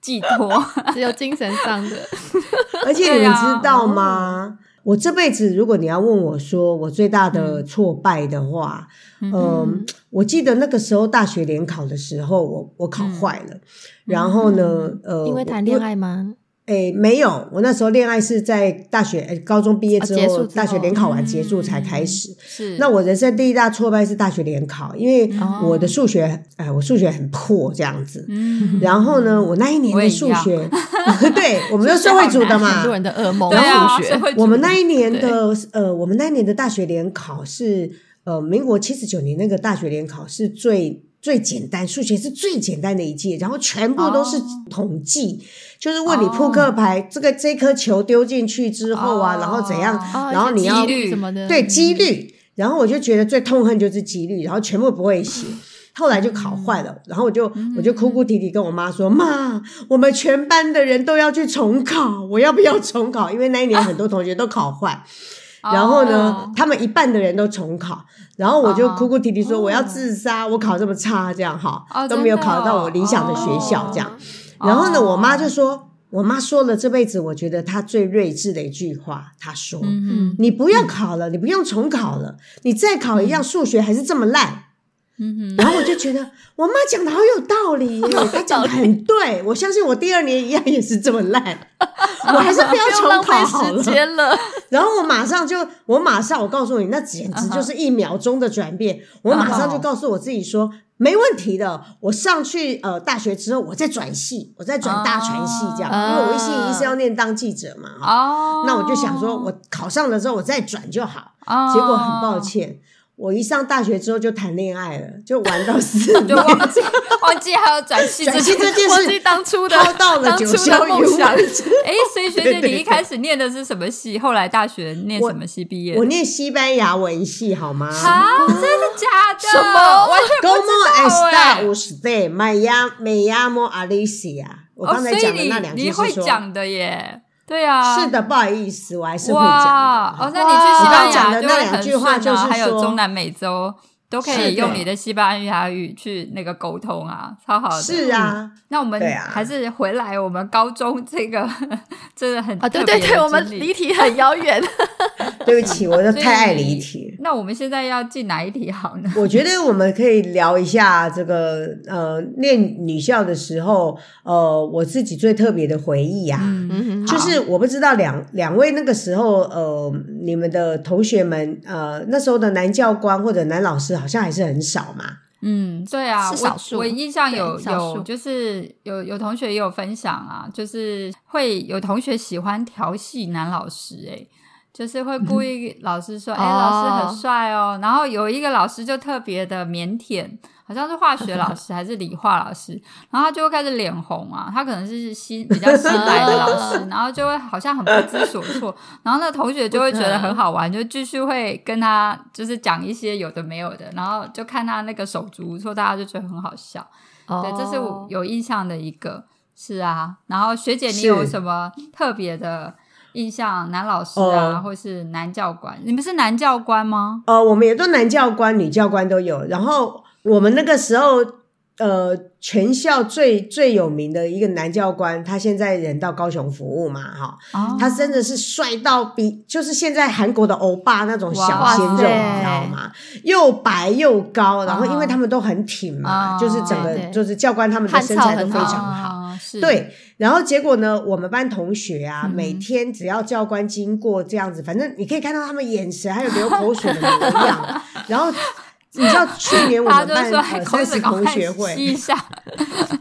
Speaker 3: 寄 托，
Speaker 2: 只有精神上的，
Speaker 1: 而且你
Speaker 3: 对
Speaker 1: 们
Speaker 3: 啊
Speaker 1: 知道
Speaker 2: 嗯
Speaker 1: 吗？我这辈子，如果你要问我说我最大的
Speaker 2: 嗯
Speaker 1: 挫败的话，嗯、我记得那个时候大学联考的时候，我我考坏了，然后呢，呃，
Speaker 2: 嗯因为谈恋爱吗？
Speaker 1: 我，诶、没有，我那时候恋爱是在大学、诶高中毕业之后，
Speaker 2: 啊结束之后嗯
Speaker 1: 大学联考完结束才开始。
Speaker 3: 是
Speaker 1: 那我人生第一大挫败是大学联考，因为
Speaker 2: 哦
Speaker 1: 我的数学，哎、我数学很破这样子。
Speaker 3: 嗯，
Speaker 1: 然后呢，我那一年
Speaker 3: 我也
Speaker 1: 的
Speaker 3: 一
Speaker 1: 数
Speaker 3: 样
Speaker 1: 学， 对我们是社会组的嘛
Speaker 2: 很，多人的噩梦，
Speaker 3: 对啊，
Speaker 2: 数
Speaker 3: 社
Speaker 2: 学，
Speaker 3: 会主义
Speaker 1: 我们那一年的呃，我们那一年的大学联考是呃，民国七十九年那个大学联考是最最简单，数学是最简单的一届，然后全部都是
Speaker 3: 哦
Speaker 1: 统计，就是问你扑
Speaker 3: 哦
Speaker 1: 克牌、这个这颗球丢进去之后啊，
Speaker 3: 哦
Speaker 1: 然后怎样，
Speaker 2: 哦
Speaker 1: 然后你
Speaker 2: 几
Speaker 1: 要
Speaker 2: 率什么的，
Speaker 1: 对几率，然后我就觉得最痛恨就是几率，然后全部不会写。
Speaker 3: 嗯
Speaker 1: 后来就考坏了，然后我就我就哭哭啼啼跟我妈说：“妈，我们全班的人都要去重考，我要不要重考？因为那一年很多同学都考坏，然后呢
Speaker 3: 哦，
Speaker 1: 他们一半的人都重考，然后我就
Speaker 3: 哦
Speaker 1: 哭哭啼啼说我要自杀，我考这么差，这样哈
Speaker 3: 哦
Speaker 1: 都没有
Speaker 3: 真的哦
Speaker 1: 考到我理想的学校
Speaker 3: 哦
Speaker 1: 这样。然后呢，
Speaker 3: 哦
Speaker 1: 我妈就说，我妈说了这辈子我觉得她最睿智的一句话，她说：
Speaker 3: 嗯
Speaker 1: 你不要考了，你不用重考了，你再考一样数学还是这么烂。
Speaker 3: 嗯
Speaker 1: 然后我就觉得我妈讲的好有道 理耶，她讲的很对，我相信我第二年一样也是这么烂，我还是不 要
Speaker 4: 不
Speaker 1: 重
Speaker 4: 要浪
Speaker 1: 考
Speaker 4: 费
Speaker 1: 好了
Speaker 4: 时。间了。
Speaker 1: 然后我马上就，我马上，我告诉你，那简直就是
Speaker 4: 嗯
Speaker 1: 一秒钟的转变。我马上就告诉我自己说，没问题的。我上去呃大学之后，我再转系，我再转大传系这样，
Speaker 3: 哦
Speaker 1: 因为我一心一意是要念当记者嘛。哈
Speaker 3: 哦，
Speaker 1: 那我就想说，我考上了之后我再转就好。
Speaker 3: 哦
Speaker 1: 结果很抱歉，我一上大学之后就谈恋爱了，就玩到 四
Speaker 3: 哦就
Speaker 1: 年，
Speaker 3: 忘 记忘记还有转系
Speaker 1: 转
Speaker 3: 这
Speaker 1: 系
Speaker 3: 件
Speaker 1: 这件
Speaker 4: 忘记
Speaker 1: 事
Speaker 4: 当初的
Speaker 1: 抛到了
Speaker 4: 当
Speaker 1: 九
Speaker 4: 初
Speaker 1: 霄
Speaker 4: 的梦
Speaker 1: 云
Speaker 4: 想
Speaker 1: 外。
Speaker 3: 哎，所以学姐，你一开始念的是什么系？后来大学念什么系毕业的？
Speaker 1: 我念西班牙文系好吗？
Speaker 3: 啊，真的假的？
Speaker 4: 什么
Speaker 3: 完 全
Speaker 1: Como
Speaker 3: 不知道
Speaker 1: está
Speaker 3: 哎、
Speaker 1: usted? Me llamo me llamo Alicia。我啊刚才
Speaker 3: 哦，所
Speaker 1: 讲
Speaker 3: 以
Speaker 1: 的那两
Speaker 3: 你
Speaker 1: 句
Speaker 3: 你
Speaker 1: 是
Speaker 3: 会
Speaker 1: 说，
Speaker 3: 讲的耶？对啊，
Speaker 1: 是的，不好意思，我还是会
Speaker 3: 哇
Speaker 1: 讲，的。
Speaker 3: 哦，那你去西
Speaker 1: 我刚
Speaker 3: 班
Speaker 1: 刚讲
Speaker 3: 牙
Speaker 1: 的
Speaker 3: 就
Speaker 1: 那
Speaker 3: 会
Speaker 1: 两
Speaker 3: 很
Speaker 1: 句话
Speaker 3: 顺
Speaker 1: 就是
Speaker 3: 啊，
Speaker 1: 说
Speaker 3: 还有中南美洲都可
Speaker 1: 是的
Speaker 3: 以用你的西班牙语去那个沟通啊，超好的。
Speaker 1: 是啊，
Speaker 3: 那我们
Speaker 1: 对啊
Speaker 3: 还是回来我们高中这个， 真的很
Speaker 2: 啊，对
Speaker 3: 特别
Speaker 2: 对
Speaker 3: 的
Speaker 2: 对，我们
Speaker 3: 经历
Speaker 2: 离题很遥 远。
Speaker 1: 对不起，我就
Speaker 3: 所以
Speaker 1: 太爱离题。
Speaker 3: 那我们现在要进哪一题好呢？
Speaker 1: 我觉得我们可以聊一下这个呃，念女校的时候，呃，我自己最特别的回忆啊。
Speaker 3: 嗯，
Speaker 2: 嗯哼
Speaker 1: 就是我不知道两两位那个时候，呃，你们的同学们，呃，那时候的男教官或者男老师好像还是很少嘛。
Speaker 3: 嗯，对啊，
Speaker 2: 是少数
Speaker 3: 我我印象有
Speaker 2: 对少数
Speaker 3: 有就是有有同学也有分享啊，就是会有同学喜欢调戏男老师、欸，就是会故
Speaker 2: 嗯
Speaker 3: 意老师
Speaker 2: 哦
Speaker 3: 说，哎、老师很帅哦，然后有一个老师就特别的腼腆，好像是化学老师还是理化老师，然后他就会开始脸红啊，他可能是新比较新来的老 师，然后就会好像很不知所措，然后那同学就会觉得很好玩，就继续会跟他就是讲一些有的没有的，然后就看他那个手足无措，大家就觉得很好笑。对，这是我
Speaker 2: 哦
Speaker 3: 有印象的一个。是啊，然后学姐，你
Speaker 1: 是
Speaker 3: 有什么特别的印象？男老师啊，
Speaker 1: 哦
Speaker 3: 或是男教官？你们是男教官吗？
Speaker 1: 呃，我们也都男教官、女教官都有。然后我们那个时候，呃，全校最最有名的一个男教官，他现在人到高雄服务嘛，哈，
Speaker 3: 哦
Speaker 1: 他真的是帅到比就是现在韩国的欧巴那种小
Speaker 3: 哇
Speaker 1: 鲜肉，你
Speaker 2: 塞
Speaker 1: 知道吗？又白又高，然后因为
Speaker 3: 哦
Speaker 1: 他们都很挺嘛，
Speaker 3: 哦
Speaker 1: 就是整个
Speaker 2: 对对
Speaker 1: 就是教官他们的身材都非
Speaker 2: 汉
Speaker 1: 常
Speaker 2: 草
Speaker 1: 好。
Speaker 3: 哦
Speaker 2: 嗯
Speaker 3: 是
Speaker 1: 对，然后结果呢，我们班同学啊，
Speaker 3: 嗯
Speaker 1: 每天只要教官经过这样子，反正你可以看到他们眼神还有流口水的模样。然后你知道去年我
Speaker 3: 他
Speaker 1: 们
Speaker 3: 就
Speaker 1: 办
Speaker 3: 说
Speaker 1: 呃
Speaker 3: 口
Speaker 1: 三
Speaker 3: 水
Speaker 1: 十
Speaker 3: 赶
Speaker 1: 同
Speaker 3: 快
Speaker 1: 学
Speaker 3: 吸一
Speaker 1: 会，
Speaker 3: 下，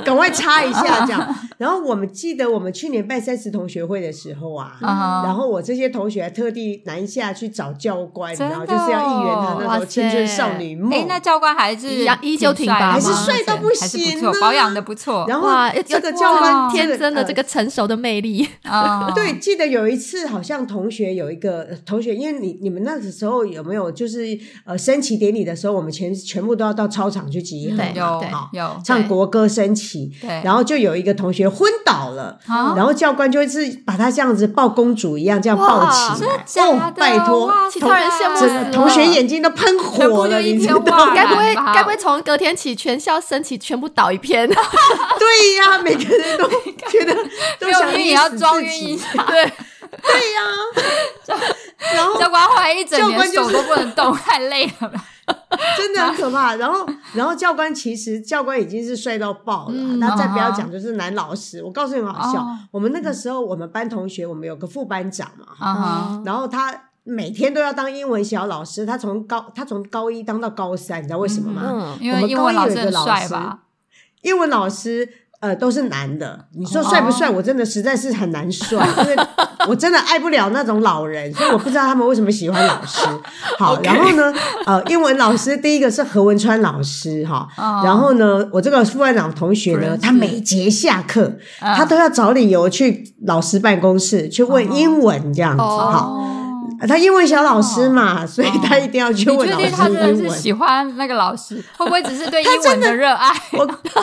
Speaker 1: 赶快擦一下这 样。然后我们记得我们去年办三十同学会的时候啊。
Speaker 2: 嗯
Speaker 3: 啊
Speaker 1: 然后我这些同学还特地南下去找教官，你知
Speaker 3: 真
Speaker 1: 道，
Speaker 3: 的
Speaker 1: 就是要应援他那
Speaker 2: 哇
Speaker 1: 时候青春
Speaker 2: 哦塞
Speaker 1: 少女梦。
Speaker 3: 哎，那教官还是
Speaker 2: 一样依旧挺拔吗
Speaker 3: 帅的吗
Speaker 1: 还是帅到不
Speaker 3: 还是
Speaker 1: 行
Speaker 3: 错
Speaker 1: 啊
Speaker 3: 保养的不错。
Speaker 1: 然后
Speaker 2: 哇，
Speaker 1: 这个
Speaker 2: 有
Speaker 1: 教官
Speaker 2: 哇
Speaker 1: 这个
Speaker 2: 天真的
Speaker 1: 呃
Speaker 2: 这个成熟的 魅力，
Speaker 3: 啊，
Speaker 1: 对，记得有一次，好像同学有一个呃同学，因为你你们那个时候有没有就是呃升旗典礼的时候，我们全全部都要到操场去集合
Speaker 2: 对
Speaker 1: 嘛，
Speaker 3: 有
Speaker 2: 对
Speaker 1: 好
Speaker 3: 有，
Speaker 1: 唱国歌升旗，
Speaker 3: 对，
Speaker 1: 然后就有一个同学昏倒了，
Speaker 3: 啊
Speaker 1: 然后教官就是把他这样子抱公主一样这样抱
Speaker 2: 哇
Speaker 1: 起
Speaker 3: 真
Speaker 1: 来
Speaker 3: 的，假
Speaker 1: 哦，
Speaker 3: 的？
Speaker 1: 拜托，
Speaker 3: 哇
Speaker 2: 其他人羡慕
Speaker 1: 整
Speaker 2: 死
Speaker 1: 个
Speaker 2: 了
Speaker 1: 同学眼睛都喷
Speaker 3: 全部
Speaker 1: 火
Speaker 3: 就
Speaker 1: 了，
Speaker 3: 一
Speaker 1: 你知
Speaker 3: 片
Speaker 1: 道
Speaker 3: 哇
Speaker 1: 吗
Speaker 3: 然
Speaker 2: 该不会
Speaker 3: 吧
Speaker 2: 该不会从隔天起全校升旗全部倒一 片？
Speaker 1: 对呀、每个人 都觉得都
Speaker 3: 六
Speaker 1: 想
Speaker 3: 晕也
Speaker 1: 溺
Speaker 3: 要
Speaker 1: 死
Speaker 3: 装
Speaker 1: 自
Speaker 3: 晕
Speaker 1: 己
Speaker 3: 一下，
Speaker 2: 对，
Speaker 1: 对呀、 然后
Speaker 3: 教官怀疑一整
Speaker 1: 教
Speaker 3: 年
Speaker 1: 官就
Speaker 3: 手
Speaker 1: 是
Speaker 3: 都不能动， 太累 了吧？
Speaker 1: 真的很可怕。然后，然后教官其实教官已经是帅到爆了啊、
Speaker 2: 嗯
Speaker 1: 那、再不要
Speaker 3: 啊哈
Speaker 1: 讲就是男老师。我告诉你们好笑，
Speaker 3: 哦
Speaker 1: 我们那个时候我们班同学，我们有个副班长嘛，哈
Speaker 3: 啊哈，
Speaker 2: 嗯
Speaker 1: 然后他每天都要当英文小老师，他从高他从高一当到高三，你知道为什么吗？
Speaker 2: 嗯，
Speaker 3: 因
Speaker 1: 我
Speaker 3: 为
Speaker 1: 们
Speaker 3: 英
Speaker 1: 高
Speaker 3: 文
Speaker 1: 一
Speaker 3: 老
Speaker 1: 有一
Speaker 3: 师
Speaker 1: 个
Speaker 3: 很
Speaker 1: 老
Speaker 3: 帅
Speaker 1: 师
Speaker 3: 吧？
Speaker 1: 英文老师。呃，都是男的，你说
Speaker 2: 哦
Speaker 1: 帅不帅？我真的实在是很难说，因为我真的爱不了那种老人，所以我不知道他们为什么喜欢老师。 好，然后呢，呃，英文老师第一个是何文川老师哈，
Speaker 3: 哦
Speaker 1: 然后呢，我这个副班长同学
Speaker 3: 不认
Speaker 1: 呢，
Speaker 3: 识
Speaker 1: 他每节下课，
Speaker 3: 嗯
Speaker 1: 他都要找理由去老师办公室去问英文这样子
Speaker 2: 哦
Speaker 1: 哈。
Speaker 3: 哦
Speaker 1: 他英文小老师嘛，所以他一定要去
Speaker 3: 你
Speaker 1: 问
Speaker 3: 确
Speaker 1: 老
Speaker 3: 定他
Speaker 1: 师
Speaker 3: 真的
Speaker 1: 英
Speaker 3: 是
Speaker 1: 文。
Speaker 3: 喜欢那个老师？会不会只是对英文的热爱？
Speaker 1: 我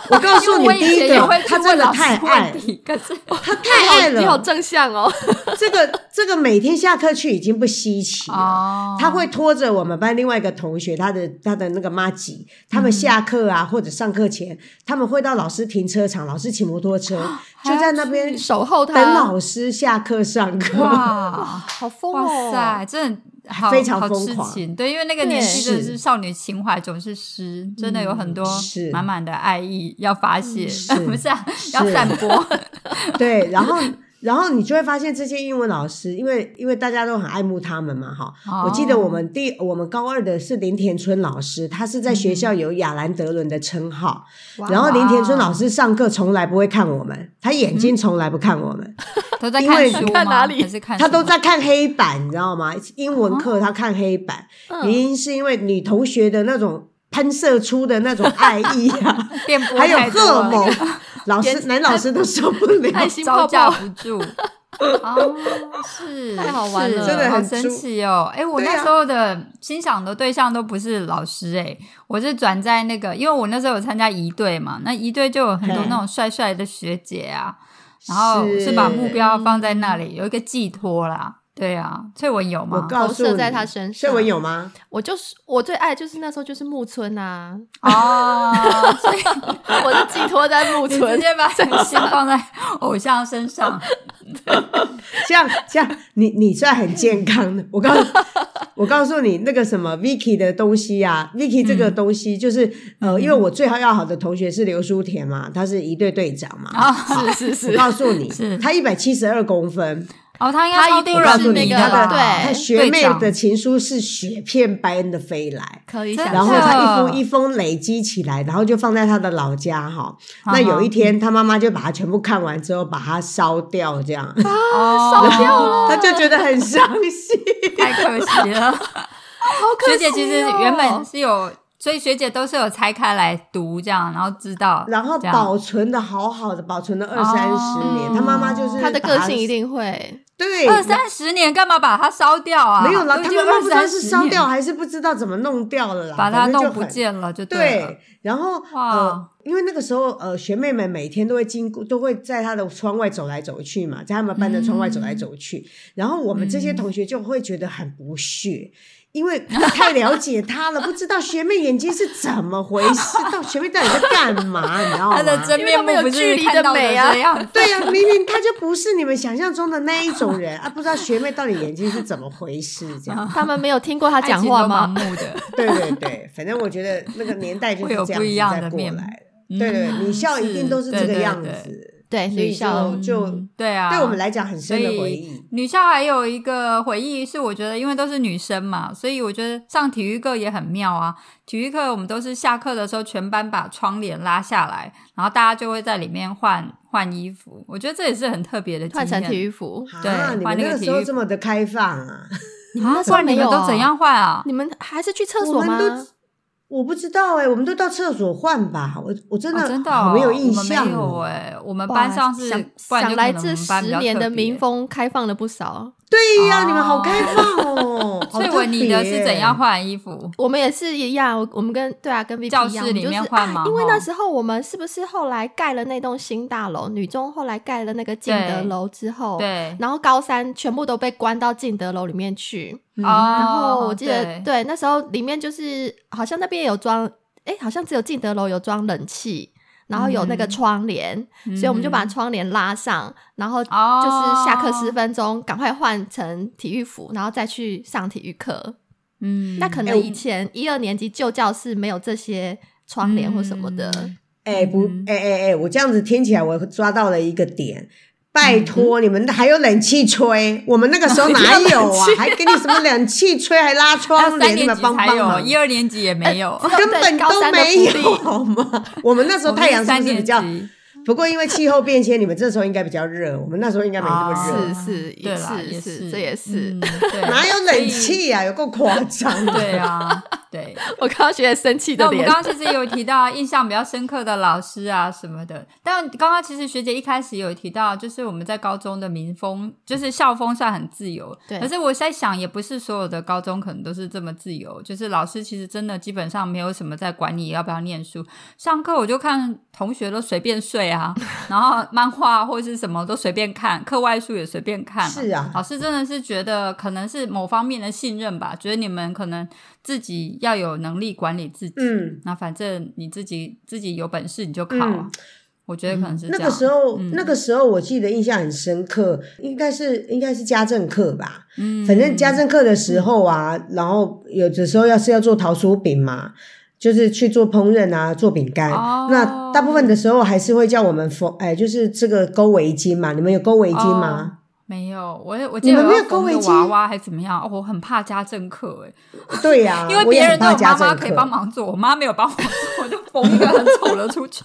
Speaker 1: 我告诉你
Speaker 3: 因为我，以
Speaker 1: 第一
Speaker 3: 前也
Speaker 1: 个
Speaker 3: 会去
Speaker 1: 他真
Speaker 3: 问
Speaker 1: 的
Speaker 3: 老师
Speaker 1: 太爱
Speaker 3: 问，题，可是
Speaker 1: 他太爱
Speaker 2: 你好
Speaker 1: 了。
Speaker 2: 正向哦，
Speaker 1: 这个这个每天下课去已经不稀奇了。
Speaker 3: 哦
Speaker 1: 他会拖着我们班另外一个同学，他的他的那个妈吉，他们下课啊、或者上课前，他们会到老师停车场，老师骑摩托车
Speaker 3: 嗯
Speaker 1: 就在那边
Speaker 2: 守候
Speaker 1: 等
Speaker 2: 他，
Speaker 1: 老师下课上课。
Speaker 3: 啊哇
Speaker 2: 好疯
Speaker 3: 哇
Speaker 2: 哦！
Speaker 3: 塞，真的好
Speaker 1: 非常
Speaker 3: 好
Speaker 1: 疯
Speaker 3: 痴
Speaker 1: 狂
Speaker 3: 情，对，因为那个
Speaker 2: 对
Speaker 3: 年纪真的是
Speaker 1: 是
Speaker 3: 少女情怀总是诗，真的有很多
Speaker 1: 是嗯
Speaker 3: 满满的爱意要发泄，
Speaker 1: 是
Speaker 3: 不是啊，要散 播。
Speaker 1: 对，然后然后你就会发现这些英文老师，因为因为大家都很爱慕他们嘛，哈。
Speaker 3: 哦
Speaker 1: 我记得我们第我们高二的是林田春老师，他是在学
Speaker 3: 嗯
Speaker 1: 校有亚兰德伦的称号。
Speaker 2: 哇
Speaker 1: 然后林田春老师上课从来不会看我们，他眼
Speaker 3: 嗯
Speaker 1: 睛从来不看我们，
Speaker 3: 都在
Speaker 1: 因
Speaker 3: 看
Speaker 1: 为
Speaker 3: 书吗？
Speaker 2: 看哪里
Speaker 3: 还是看
Speaker 1: 他
Speaker 3: 什
Speaker 1: 都
Speaker 3: 么嗯
Speaker 1: 在看黑板，你知道吗？英文课他看黑板，原因是因为女同学的那种喷射出的那种爱意啊，
Speaker 3: 电波
Speaker 1: 还有
Speaker 3: 太多
Speaker 1: 荷尔
Speaker 3: 了
Speaker 1: 蒙，老师男老师都受不了
Speaker 2: 爱。心
Speaker 3: 哦招
Speaker 2: 泡
Speaker 3: 架
Speaker 2: 泡，
Speaker 3: 不住。哦， 是
Speaker 2: 太好玩了
Speaker 3: 是
Speaker 2: 真
Speaker 1: 的很
Speaker 3: 好神
Speaker 1: 猪
Speaker 3: 奇哦！哎、我
Speaker 1: 对啊
Speaker 3: 那时候的欣赏的对象都不是老师、哎，我是转在那个，因为我那时候有参加一队嘛，那一队就有很多
Speaker 1: 嗯
Speaker 3: 那种帅帅的学姐啊，然后
Speaker 1: 是
Speaker 3: 是把目标放在那里，有一个寄托啦。对啊，翠文有
Speaker 1: 我
Speaker 3: 吗？
Speaker 1: 告
Speaker 2: 投
Speaker 1: 诉
Speaker 2: 射
Speaker 1: 你，
Speaker 2: 在他身
Speaker 1: 睡文
Speaker 2: 上
Speaker 1: 有吗？
Speaker 2: 我就是我最爱就是那时候就是木村啊，
Speaker 3: 哦，所以
Speaker 2: 我是寄托在 木
Speaker 3: 你直
Speaker 2: 村。
Speaker 3: 接把重心放在偶像身上，
Speaker 1: 这样这样，你你算很健康的。我告诉我告诉你，那个什么 Vicky 的东西呀、啊、，Vicky 这个
Speaker 2: 嗯
Speaker 1: 东西就是、呃，因为我最好要好的同学是刘书田嘛，他是一队队长嘛。
Speaker 2: 哦是是
Speaker 1: 我
Speaker 2: 是，
Speaker 1: 告诉你
Speaker 3: 是，
Speaker 1: 他一百七十二公分，
Speaker 3: 哦，他应
Speaker 2: 他
Speaker 3: 该
Speaker 2: 一
Speaker 3: 超
Speaker 2: 定
Speaker 3: 多
Speaker 1: 告
Speaker 3: 人
Speaker 1: 诉
Speaker 2: 是
Speaker 1: 你
Speaker 2: 那个
Speaker 1: 他的
Speaker 2: 对
Speaker 1: 他学妹
Speaker 3: 队长
Speaker 1: 的情书是雪片般的飞来。
Speaker 2: 可以
Speaker 3: 真
Speaker 2: 想
Speaker 1: 然后
Speaker 3: 的
Speaker 2: 象。
Speaker 1: 他一封一封累积起来，然后就放在他的老家哈。
Speaker 3: 啊
Speaker 1: 那有一天，他妈妈就把它全部看完之后，把它烧掉，这样
Speaker 3: 烧
Speaker 2: 掉
Speaker 3: 哦
Speaker 1: 他
Speaker 2: 了
Speaker 1: 就觉得很伤心。
Speaker 3: 太可惜 了。
Speaker 2: 好可惜、
Speaker 3: 学
Speaker 2: 哦、
Speaker 3: 姐其实原本是有，所以学姐都是有拆开来读这样，然后知道，
Speaker 1: 然后
Speaker 3: 这样
Speaker 1: 保存的好好的，保存了二三十年。
Speaker 3: 哦
Speaker 1: 他妈妈就是
Speaker 2: 他的
Speaker 1: 把
Speaker 2: 个
Speaker 1: 它
Speaker 2: 性一定会，
Speaker 1: 对
Speaker 3: 二三十年干嘛把它烧掉啊？
Speaker 1: 没有啦，
Speaker 3: 都已
Speaker 1: 他
Speaker 3: 经
Speaker 1: 妈妈不知道是
Speaker 3: 20-30
Speaker 1: 烧掉
Speaker 3: 年，
Speaker 1: 还是不知道怎么弄掉了啦，
Speaker 3: 把它
Speaker 1: 反正就
Speaker 3: 弄不
Speaker 1: 很
Speaker 3: 见了就了。
Speaker 1: 对，然后呃
Speaker 3: 啊哇，
Speaker 1: 因为那个时候呃，学妹们每天都会经过，都会在她的窗外走来走去嘛，在他们班的窗外走
Speaker 3: 嗯
Speaker 1: 来走去。然后我们这些同学就会觉得很不屑，因为太了 解她了，不知道学妹眼睛是怎么回事，到学妹到底在干嘛，你知道吗？
Speaker 3: 它的真面目不是看到的
Speaker 2: 啊
Speaker 3: 这样，
Speaker 1: 对呀、明明她就不是你们想象中的那一种人啊，不知道学妹到底眼睛是怎么回事，这
Speaker 3: 嗯
Speaker 1: 样。
Speaker 2: 他们没有听过他
Speaker 3: 他
Speaker 2: 讲话吗？
Speaker 3: 盲目的，
Speaker 1: 对对对，反正我觉得那个年代就是
Speaker 3: 会有
Speaker 1: 这样
Speaker 3: 不一样
Speaker 1: 子再
Speaker 3: 的
Speaker 1: 过
Speaker 3: 面
Speaker 1: 来的。
Speaker 3: 嗯
Speaker 1: 对对，女校一定都是这个样。
Speaker 3: 对对对
Speaker 1: 子，
Speaker 2: 对，
Speaker 1: 所
Speaker 2: 女
Speaker 1: 以
Speaker 2: 校
Speaker 1: 就就
Speaker 3: 对啊，
Speaker 1: 对我们来讲很
Speaker 3: 所
Speaker 1: 深的回
Speaker 3: 以
Speaker 1: 忆。
Speaker 3: 女校还有一个回忆是，我觉得因为都是女生嘛，所以我觉得上体育课也很妙啊。体育课我们都是下课的时候，全班把窗帘拉下来，然后大家就会在里面换换衣服。我觉得这也是很特别的经
Speaker 2: 换
Speaker 3: 验。
Speaker 2: 成体育服，
Speaker 3: 对
Speaker 1: 啊，你
Speaker 3: 换
Speaker 1: 们那
Speaker 3: 那个
Speaker 1: 个
Speaker 3: 体
Speaker 1: 时候
Speaker 3: 育
Speaker 1: 这么的开放啊！
Speaker 3: 啊，
Speaker 2: 那时
Speaker 3: 不
Speaker 2: 候
Speaker 3: 然你
Speaker 2: 没
Speaker 3: 们
Speaker 2: 有
Speaker 3: 都
Speaker 2: 啊
Speaker 3: 怎样换啊？
Speaker 2: 你们还是去厕
Speaker 1: 我
Speaker 2: 所
Speaker 1: 们
Speaker 2: 吗
Speaker 1: 都？我不知道哎，我们都到厕所换吧。我我真
Speaker 3: 哦
Speaker 1: 的
Speaker 3: 真的
Speaker 1: 好
Speaker 3: 哦
Speaker 1: 没有印
Speaker 3: 我
Speaker 1: 象
Speaker 3: 们没有
Speaker 1: 哦。
Speaker 3: 哎，我们
Speaker 2: 哇
Speaker 3: 班上是
Speaker 2: 想
Speaker 3: 不然
Speaker 2: 想
Speaker 3: 就
Speaker 2: 来
Speaker 3: 可能
Speaker 2: 这
Speaker 3: 我们班比
Speaker 2: 十
Speaker 3: 较
Speaker 2: 年的
Speaker 3: 特别
Speaker 2: 民风开放了不少。
Speaker 1: 对呀，
Speaker 3: 哦
Speaker 1: 你们好开放 哦。好
Speaker 3: 所以
Speaker 1: 特
Speaker 3: 我你的
Speaker 1: 别
Speaker 3: 是怎样？换衣服？
Speaker 2: 我们也是一样，我我们跟对啊，跟 V
Speaker 3: 教
Speaker 2: P 一样，
Speaker 3: 室
Speaker 2: 我们
Speaker 3: 里面
Speaker 2: 就是
Speaker 3: 换嘛
Speaker 2: 啊因为
Speaker 3: 吼
Speaker 2: 那时候我们是不是后来盖了那栋新大楼，女中后来盖了那个敬德
Speaker 3: 对
Speaker 2: 楼之后，
Speaker 3: 对，
Speaker 2: 然后高三全部都被关到敬德楼里面去。
Speaker 1: 嗯
Speaker 2: 然
Speaker 3: 然
Speaker 2: 后我记得、
Speaker 3: 哦
Speaker 2: 对那时候里面就是好像那边有装，哎，好像只有敬德楼有装冷气，然后有那个
Speaker 3: 嗯
Speaker 2: 窗帘，
Speaker 3: 嗯
Speaker 2: 所以我们就把窗帘拉上，然后就
Speaker 3: 哦
Speaker 2: 是下课十分钟赶快换成体育服，然后再去上体育课。
Speaker 3: 嗯，
Speaker 2: 那可能以
Speaker 1: 哎
Speaker 2: 前一二年级旧教室没有这些窗帘或什么的，
Speaker 3: 嗯
Speaker 1: 哎不
Speaker 3: 嗯
Speaker 1: 哎哎哎，我这样子听起来，我抓到了一个点。
Speaker 3: 嗯
Speaker 1: 拜托，你们还有冷气吹？我们那个 时候哪有啊？还给你什么冷气吹，还拉
Speaker 3: 到
Speaker 1: 窗
Speaker 3: 三
Speaker 1: 帘？你
Speaker 3: 年
Speaker 1: 们
Speaker 3: 级
Speaker 1: 帮
Speaker 3: 才
Speaker 1: 帮
Speaker 3: 有，
Speaker 1: 忙哎
Speaker 3: 一二年级也没有。
Speaker 1: 根本
Speaker 2: 高
Speaker 1: 都
Speaker 2: 三的
Speaker 1: 没
Speaker 2: 福利
Speaker 1: 有好吗？ 我们那时候太阳是
Speaker 3: 三
Speaker 1: 不是比
Speaker 3: 年级
Speaker 1: 较？不过因为气候变迁，你们这时候应该比较热，我们那时候应该没那么热。
Speaker 2: 哦是是
Speaker 3: 啊对啦，
Speaker 2: 是
Speaker 3: 也
Speaker 2: 是
Speaker 3: 是，
Speaker 2: 这也是
Speaker 3: 嗯对
Speaker 1: 哪有冷气呀、啊？有够夸张的。
Speaker 3: 对啊，对。
Speaker 2: 我刚刚学姐生气
Speaker 3: 那
Speaker 2: 的
Speaker 3: 我们
Speaker 2: 脸
Speaker 3: 刚，刚其实也有提到印象比较深刻的老师啊什么的，但刚刚其实学姐一开始有提到，就是我们在高中的民风，就是校风算很自由，
Speaker 2: 对
Speaker 3: 可是我在想，也不是所有的高中可能都是这么自由，就是老师其实真的基本上没有什么在管你要不要念书，上课我就看同学都随便睡啊，然后漫画或是什么都随便看，课外书也随便看、
Speaker 1: 是啊
Speaker 3: 老师真的是觉得可能是某方面的信任吧，觉得你们可能自己要有能力管理自己。
Speaker 1: 嗯，
Speaker 3: 那反正你自己自己有本事你就考、
Speaker 1: 嗯
Speaker 3: 啊，我觉得可能是这
Speaker 1: 那
Speaker 3: 样。
Speaker 1: 个时候，
Speaker 3: 嗯
Speaker 1: 那个时候我记得印象很深刻，应该是应该是家政课吧。
Speaker 3: 嗯
Speaker 1: 反正家政课的时候啊，然后有的时候要是要做桃酥饼嘛，就是去做烹饪啊，做饼干。
Speaker 3: 哦
Speaker 1: 那大部分的时候还是会叫我们缝，哎，就是这个勾围巾嘛。你们有勾围巾吗？
Speaker 3: 哦没有，我我
Speaker 1: 你
Speaker 3: 记得
Speaker 1: 们没有
Speaker 3: 要缝
Speaker 1: 勾围
Speaker 3: 个
Speaker 1: 巾
Speaker 3: 娃娃还怎么样？哦，我很怕家政课哎、
Speaker 1: 对呀、
Speaker 3: 因为
Speaker 1: 啊我也
Speaker 3: 别
Speaker 1: 很
Speaker 3: 人都
Speaker 1: 怕
Speaker 3: 有
Speaker 1: 家
Speaker 3: 妈
Speaker 1: 政
Speaker 3: 妈
Speaker 1: 课
Speaker 3: 可以 帮忙做，我妈没有帮我做， 我就缝一个很丑的出 去。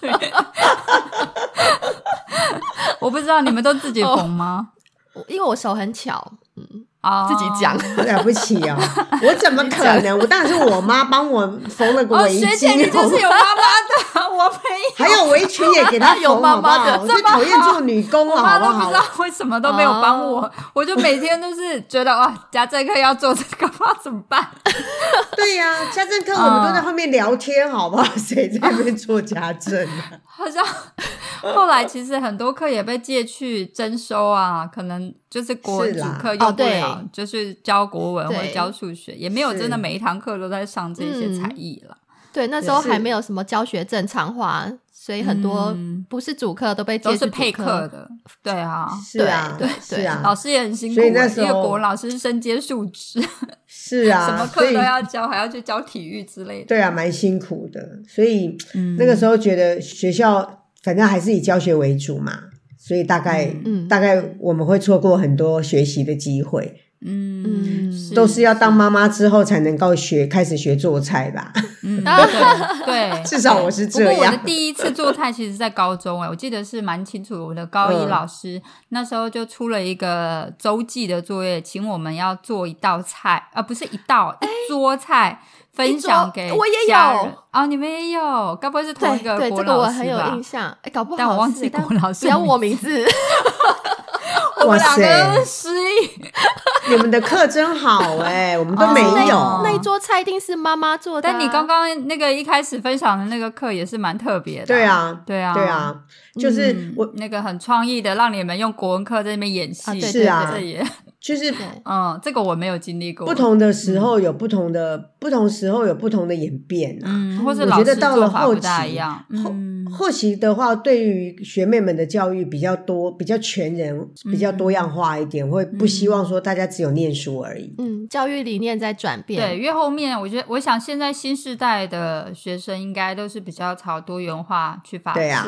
Speaker 3: 我不知道你们都自己缝吗？
Speaker 2: 我因为我手很巧，
Speaker 1: 哦
Speaker 3: 啊、
Speaker 2: 自己讲。
Speaker 1: 了不起 哦！我怎么可能？我当然是我妈帮我缝了个
Speaker 3: 哦，
Speaker 1: 围巾、
Speaker 3: 学姐你就是有妈妈的， 我没
Speaker 1: 还有围裙也给她
Speaker 4: 有
Speaker 1: 缝
Speaker 4: 妈
Speaker 1: 好不
Speaker 4: 妈的
Speaker 1: 好？我最讨厌做女工了，
Speaker 3: 有，我妈
Speaker 1: 好啊不
Speaker 3: 都不知道
Speaker 1: 好？
Speaker 3: 为什么都没有帮我，
Speaker 4: 哦
Speaker 3: 我就每天都是觉得哇，家政课要做这个， 不知道怎么办。
Speaker 1: 对呀、家政课我们都在后面聊天，好不 好？谁在那边做家政啊？
Speaker 3: 好 像后来其实很多课也被借去征收啊，可能就是国文
Speaker 1: 是
Speaker 3: 主
Speaker 1: 啦
Speaker 3: 课
Speaker 2: 哦
Speaker 3: 用不
Speaker 2: 对
Speaker 3: 了，就是教国文或者
Speaker 2: 对
Speaker 3: 教数学，也没有
Speaker 1: 是
Speaker 3: 真的每一堂课都在上这些才艺了。
Speaker 2: 对，那时候
Speaker 1: 是
Speaker 2: 还没有什么教学正常化，所以很多
Speaker 3: 嗯
Speaker 2: 不是主课都被
Speaker 3: 都
Speaker 2: 借去
Speaker 3: 是
Speaker 2: 主
Speaker 3: 配课的，对啊，
Speaker 1: 是啊，
Speaker 2: 对
Speaker 1: 是
Speaker 3: 老
Speaker 1: 啊，
Speaker 3: 师也很辛苦
Speaker 1: 所
Speaker 3: 欸，
Speaker 1: 以那时
Speaker 3: 因为
Speaker 1: 候
Speaker 3: 国文老师身兼数职，
Speaker 1: 是啊，
Speaker 3: 什么课
Speaker 1: 所以
Speaker 3: 都要教，还要去教体育之类的。
Speaker 1: 对啊，蛮辛苦的。所以
Speaker 3: 嗯
Speaker 1: 那个时候觉得学校反正还是以教学为主嘛，所以大概、
Speaker 2: 嗯
Speaker 1: 大概我们会错过很多学习的机会，
Speaker 3: 嗯，
Speaker 2: 嗯
Speaker 1: 都是要当妈妈之后才能够学开始学做菜 吧。
Speaker 3: 嗯，对对，
Speaker 1: 至少我是
Speaker 3: 不
Speaker 1: 这
Speaker 3: 过我的
Speaker 1: 样。
Speaker 3: 第一次做菜其实，在高中哎、我记得是蛮清楚。我的高一
Speaker 1: 嗯
Speaker 3: 老师、那时候就出了一个周记的作业，请我们要做一道菜，啊，不是一道，
Speaker 1: 哎
Speaker 3: 一桌菜。分享给
Speaker 2: 一桌我也
Speaker 3: 家
Speaker 2: 有
Speaker 3: 人哦，你们也有，该不会是同
Speaker 2: 对
Speaker 3: 一个
Speaker 2: 对，
Speaker 3: 国
Speaker 2: 这个我
Speaker 3: 老师
Speaker 2: 很有
Speaker 3: 吧？
Speaker 2: 印象，哎，搞不好
Speaker 3: 但我忘记
Speaker 2: 是但
Speaker 3: 国老师
Speaker 2: 不要
Speaker 3: 名
Speaker 2: 我名字，
Speaker 3: 我
Speaker 1: 哇
Speaker 3: 们两个
Speaker 1: 塞
Speaker 3: 都失忆，
Speaker 1: 你们的课真好哎、我们都没
Speaker 3: 哦
Speaker 1: 有。
Speaker 2: 那一桌菜一定是妈妈做的啊。
Speaker 3: 但你刚刚那个一开始分享的那个课也是蛮特别的、
Speaker 1: 对，啊，
Speaker 3: 对啊，
Speaker 1: 对，啊，就是
Speaker 3: 嗯
Speaker 1: 我
Speaker 3: 那个很创意的，让你们用国文课在那边演戏，
Speaker 2: 啊对
Speaker 1: 是啊
Speaker 3: 这也
Speaker 1: 就是
Speaker 2: 对
Speaker 3: 嗯，这个我没有经历过。
Speaker 1: 不，同的时候有不同的，不同时候有不同的演变啊。
Speaker 3: 嗯，或是
Speaker 1: 我
Speaker 3: 老
Speaker 1: 觉得
Speaker 3: 师
Speaker 1: 到了
Speaker 3: 做法
Speaker 1: 后
Speaker 3: 不
Speaker 1: 期
Speaker 3: 大一样。
Speaker 1: 后
Speaker 3: 嗯，
Speaker 1: 后期的话，对于学妹们的教育比较多，比较全人，比较多样化一点，会不
Speaker 3: 嗯
Speaker 1: 希望说大家只有念书而已。
Speaker 2: 嗯，教育理念在转变，
Speaker 3: 对，越后面，我觉得，我想现在新时代的学生应该都是比较朝多元化去发展。
Speaker 1: 对啊，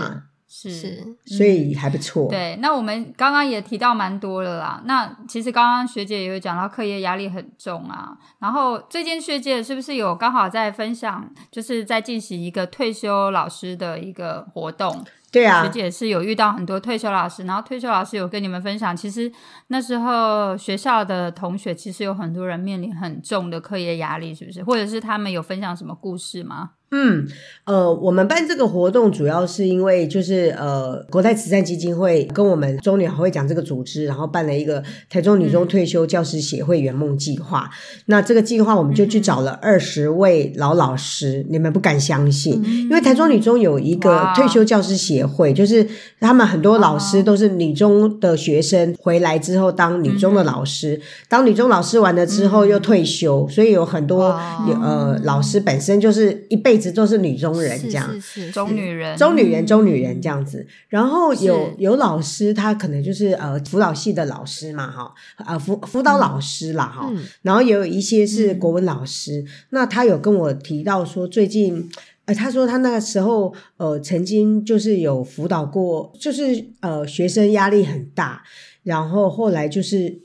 Speaker 3: 是。嗯
Speaker 2: 是
Speaker 1: 所以还不错。
Speaker 3: 对，那我们刚刚也提到蛮多了啦。那其实刚刚学姐也有讲到课业压力很重啊。然后最近学姐是不是有刚好在分享，就是在进行一个退休老师的一个活动？
Speaker 1: 对
Speaker 3: 学
Speaker 1: 啊，
Speaker 3: 姐是有遇到很多退休老师，然后退休老师有跟你们分享，其实那时候学校的同学其实有很多人面临很重的课业压力，是不是？或者是他们有分享什么故事吗？
Speaker 1: 嗯，呃，我们办这个活动主要是因为就是呃，国泰慈善基金会跟我们中女好会讲这个组织，然后办了一个台中
Speaker 3: 嗯
Speaker 1: 女中退休教师协会圆梦计划。那这个计划我们就去找
Speaker 3: 嗯
Speaker 1: 了二十位老老师，你们不敢相信，
Speaker 2: 嗯
Speaker 1: 因为台中女中有一个
Speaker 3: 嗯哇
Speaker 1: 退休教师协会，就是他们很多老师
Speaker 3: 哦
Speaker 1: 都是女中的学生回来之后当女
Speaker 3: 嗯
Speaker 1: 中的老师，当女中老师完了之后又退休，所以有很多
Speaker 2: 哇
Speaker 1: 有呃老师本身就是一辈子都是女中人
Speaker 2: 哦是
Speaker 1: 这样。
Speaker 2: 是嗯是
Speaker 3: 中女人，
Speaker 1: 中女人，中女人这样子，然后有
Speaker 3: 是
Speaker 1: 有老师，他可能就是呃辅导系的老师嘛，哈，呃辅辅导老师啦，哈、
Speaker 2: 嗯
Speaker 1: 然后也有一些是国文老师，那他有跟我提到说，最近，呃，他说他那个时候，呃，曾经就是有辅导过，就是呃学生压力很大，然后后来就是。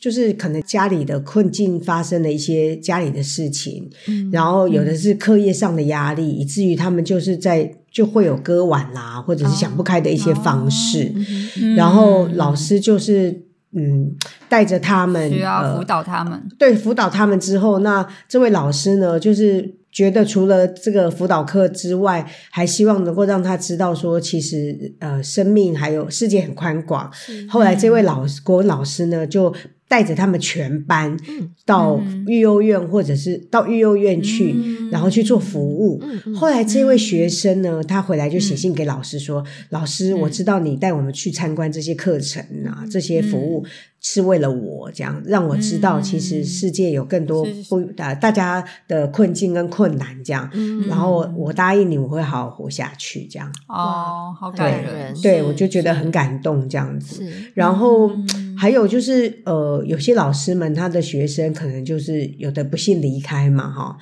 Speaker 1: 就是可能家里的困境发生了一些家里的事情，
Speaker 2: 嗯
Speaker 1: 然后有的是课业上的压力，以至于他们就是在就会有割腕啦，或者是想不开的一些方式。
Speaker 2: 嗯哼
Speaker 3: 嗯
Speaker 1: 然后老师就是嗯带着他们
Speaker 3: 嗯需要
Speaker 1: 呃
Speaker 3: 辅导他们，
Speaker 1: 对辅导他们之后，那这位老师呢，就是觉得除了这个辅导课之外，还希望能够让他知道说，其实呃，生命还有世界很宽广。后来这位
Speaker 3: 嗯
Speaker 1: 老师国文老师呢，就带着他们全班
Speaker 2: 嗯
Speaker 1: 到
Speaker 3: 嗯
Speaker 1: 育幼院，或者是到育幼院去，
Speaker 3: 嗯
Speaker 1: 然后去做服务。
Speaker 2: 嗯嗯
Speaker 1: 后来这位学生呢，他回来就
Speaker 3: 嗯
Speaker 1: 写信给老师说：“老师，我知道你带我们去参观这些课程啊，这些服务是为了我，这样让我知道
Speaker 3: 嗯
Speaker 1: 其实世界有更多
Speaker 3: 是是
Speaker 1: 不呃大家的困境跟困难这样。
Speaker 2: 嗯
Speaker 1: 然后我答应你，我会好好活下去这样。
Speaker 3: 哦，好
Speaker 2: 很
Speaker 3: 感
Speaker 2: 感
Speaker 3: 人
Speaker 2: 人，
Speaker 1: 对
Speaker 3: 是
Speaker 1: 我就觉得
Speaker 3: 是
Speaker 1: 很感动这样子。
Speaker 2: 是
Speaker 1: 然后还有就是，呃，有些老师们他的学生可能就是有的不幸离开嘛，哈。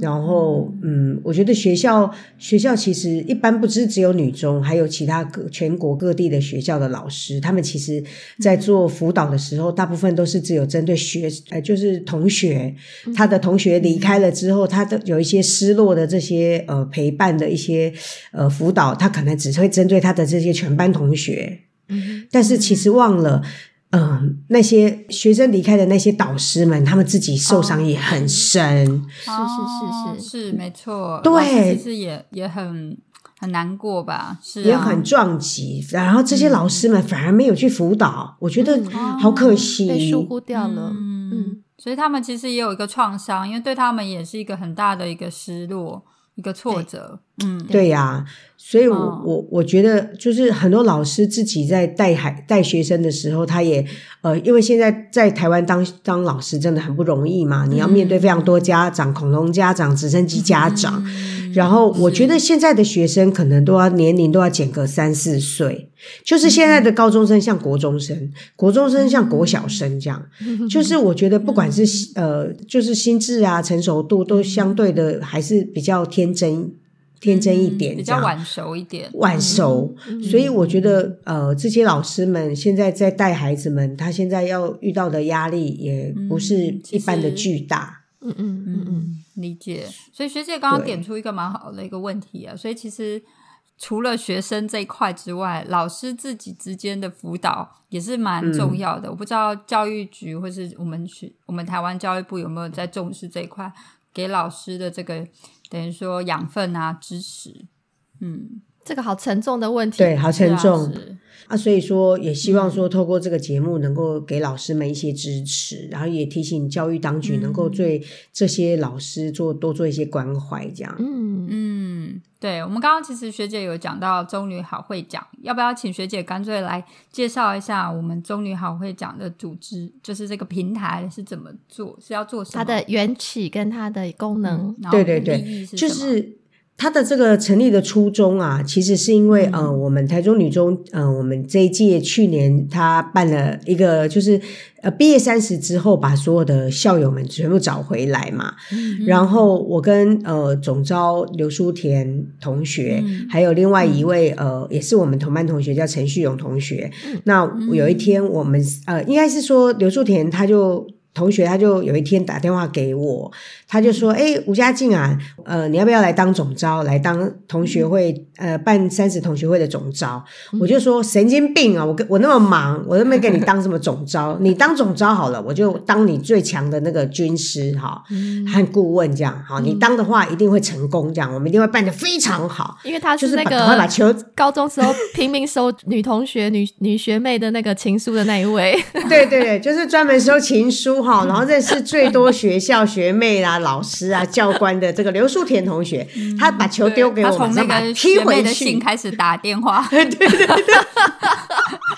Speaker 1: 然后，嗯，我觉得学校学校其实一般不只只有女中，还有其他各全国各地的学校的老师，他们其实在做辅导的时候，大部分都是只有针对学呃，就是同学他的同学离开了之后，他的有一些失落的这些呃陪伴的一些呃辅导，他可能只会针对他的这些全班同学，
Speaker 2: 嗯
Speaker 1: 但是其实忘了，嗯、那些学生离开的那些导师们，他们自己受伤也很深。
Speaker 2: 嗯是是是是
Speaker 3: 哦是是没错，
Speaker 1: 对
Speaker 3: 老师其实也也很很难过吧？是、啊、
Speaker 1: 也很撞击。然后这些老师们反而没有去辅导，我觉得
Speaker 3: 哦
Speaker 1: 好可惜。
Speaker 2: 嗯被疏忽掉了。
Speaker 3: 嗯
Speaker 2: 嗯
Speaker 3: 所以他们其实也有一个创伤，因为对他们也是一个很大的一个失落，一个挫折。嗯，
Speaker 1: 对呀、所以我，
Speaker 2: 嗯
Speaker 3: 哦
Speaker 1: 我我觉得就是很多老师自己在带孩带学生的时候，他也呃，因为现在在台湾当当老师真的很不容易嘛，你要面
Speaker 2: 嗯
Speaker 1: 对非常多家长、恐龙家长、直升机家长，
Speaker 3: 嗯
Speaker 1: 然后我觉得现在的学生可能都要年龄都要减个三四岁，就是现在的高中生像国中生，国中生像国小生这样，
Speaker 3: 嗯
Speaker 1: 就是我觉得不管是呃，就是心智啊、成熟度都相对的还是比较天真。天真一点，
Speaker 3: 嗯比
Speaker 1: 这
Speaker 3: 较
Speaker 1: 样。
Speaker 3: 晚嗯熟一点。
Speaker 1: 晚熟，所以我觉得呃，这些老师们现在在带孩子们，他现在要遇到的压力也不是
Speaker 3: 嗯其
Speaker 1: 一般的
Speaker 3: 实啊
Speaker 1: 巨大。
Speaker 2: 嗯嗯嗯嗯，
Speaker 3: 嗯，理解。所以学姐刚刚
Speaker 1: 对
Speaker 3: 点出一个蛮好的一个问题啊，所以其实除了学生这一块之外，老师自己之间的辅导也是蛮重要的。我不知道教育局或是我们学我们台湾教育部有没有在重视这一块，给老师的这个等于说养分啊支持。嗯，
Speaker 2: 这个好沉重的问题。
Speaker 1: 对，好沉
Speaker 3: 是啊
Speaker 1: 重
Speaker 3: 是
Speaker 1: 啊所以说也希
Speaker 3: 嗯
Speaker 1: 望说透过这个节目能够给老师们一些支持，然后也提醒教育当局能
Speaker 3: 嗯
Speaker 1: 够对这些老师做多做一些关怀，这样。
Speaker 2: 嗯，
Speaker 3: 嗯，对，我们刚刚其实学姐有讲到中女好会讲，要不要请学姐干脆来介绍一下我们中女好会讲的组织，就是这个平台是怎么做，是要做什么？
Speaker 2: 它的缘起跟它的功能，
Speaker 3: 然后
Speaker 1: 对对对
Speaker 3: 意义是
Speaker 1: 就
Speaker 3: 什么
Speaker 1: 是它的这个成立的初衷啊，其实是因为、
Speaker 3: 嗯
Speaker 1: 呃，我们台中女中，呃，我们这一届去年她办了一个，就是呃毕业三十之后，把所有的校友们全部找回来嘛。
Speaker 3: 嗯
Speaker 1: 然后我跟呃总招刘淑田同学，
Speaker 3: 嗯
Speaker 1: 还有另外一位、呃也是我们同班同学叫陈旭勇同学，那有一天我们呃应该是说刘淑田他就。同学，他就有一天打电话给我，他就说：“哎、吴家静啊，呃，你要不要来当总招，来当同学会，呃，办三十同学会的总招？”我就说：“神经病啊！我跟我那么忙，我都没给你当什么总招，你当总招好了，我就当你最强的那个军师哈，
Speaker 2: 嗯
Speaker 1: 和顾问这样。好，你当的话一定会成功，这样我们一定会办得非常好。
Speaker 2: 因为它
Speaker 1: 就是
Speaker 2: 那
Speaker 1: 把赶快把
Speaker 2: 个
Speaker 1: 球
Speaker 2: 高中时候拼命收女同学、女女学妹的那个情书的那一位。
Speaker 1: 对对对，就是专门收情书哈，然后认识最多学校学妹啦、老师啊、 教官的这个刘树田同学，他把球
Speaker 3: 对
Speaker 1: 丢给
Speaker 3: 他
Speaker 1: 我，
Speaker 3: 从
Speaker 1: 马
Speaker 3: 那
Speaker 1: 上把它
Speaker 3: 个
Speaker 1: 踢
Speaker 3: 学妹
Speaker 1: 回
Speaker 3: 的信
Speaker 1: 去。
Speaker 3: 开始打 电话，对对对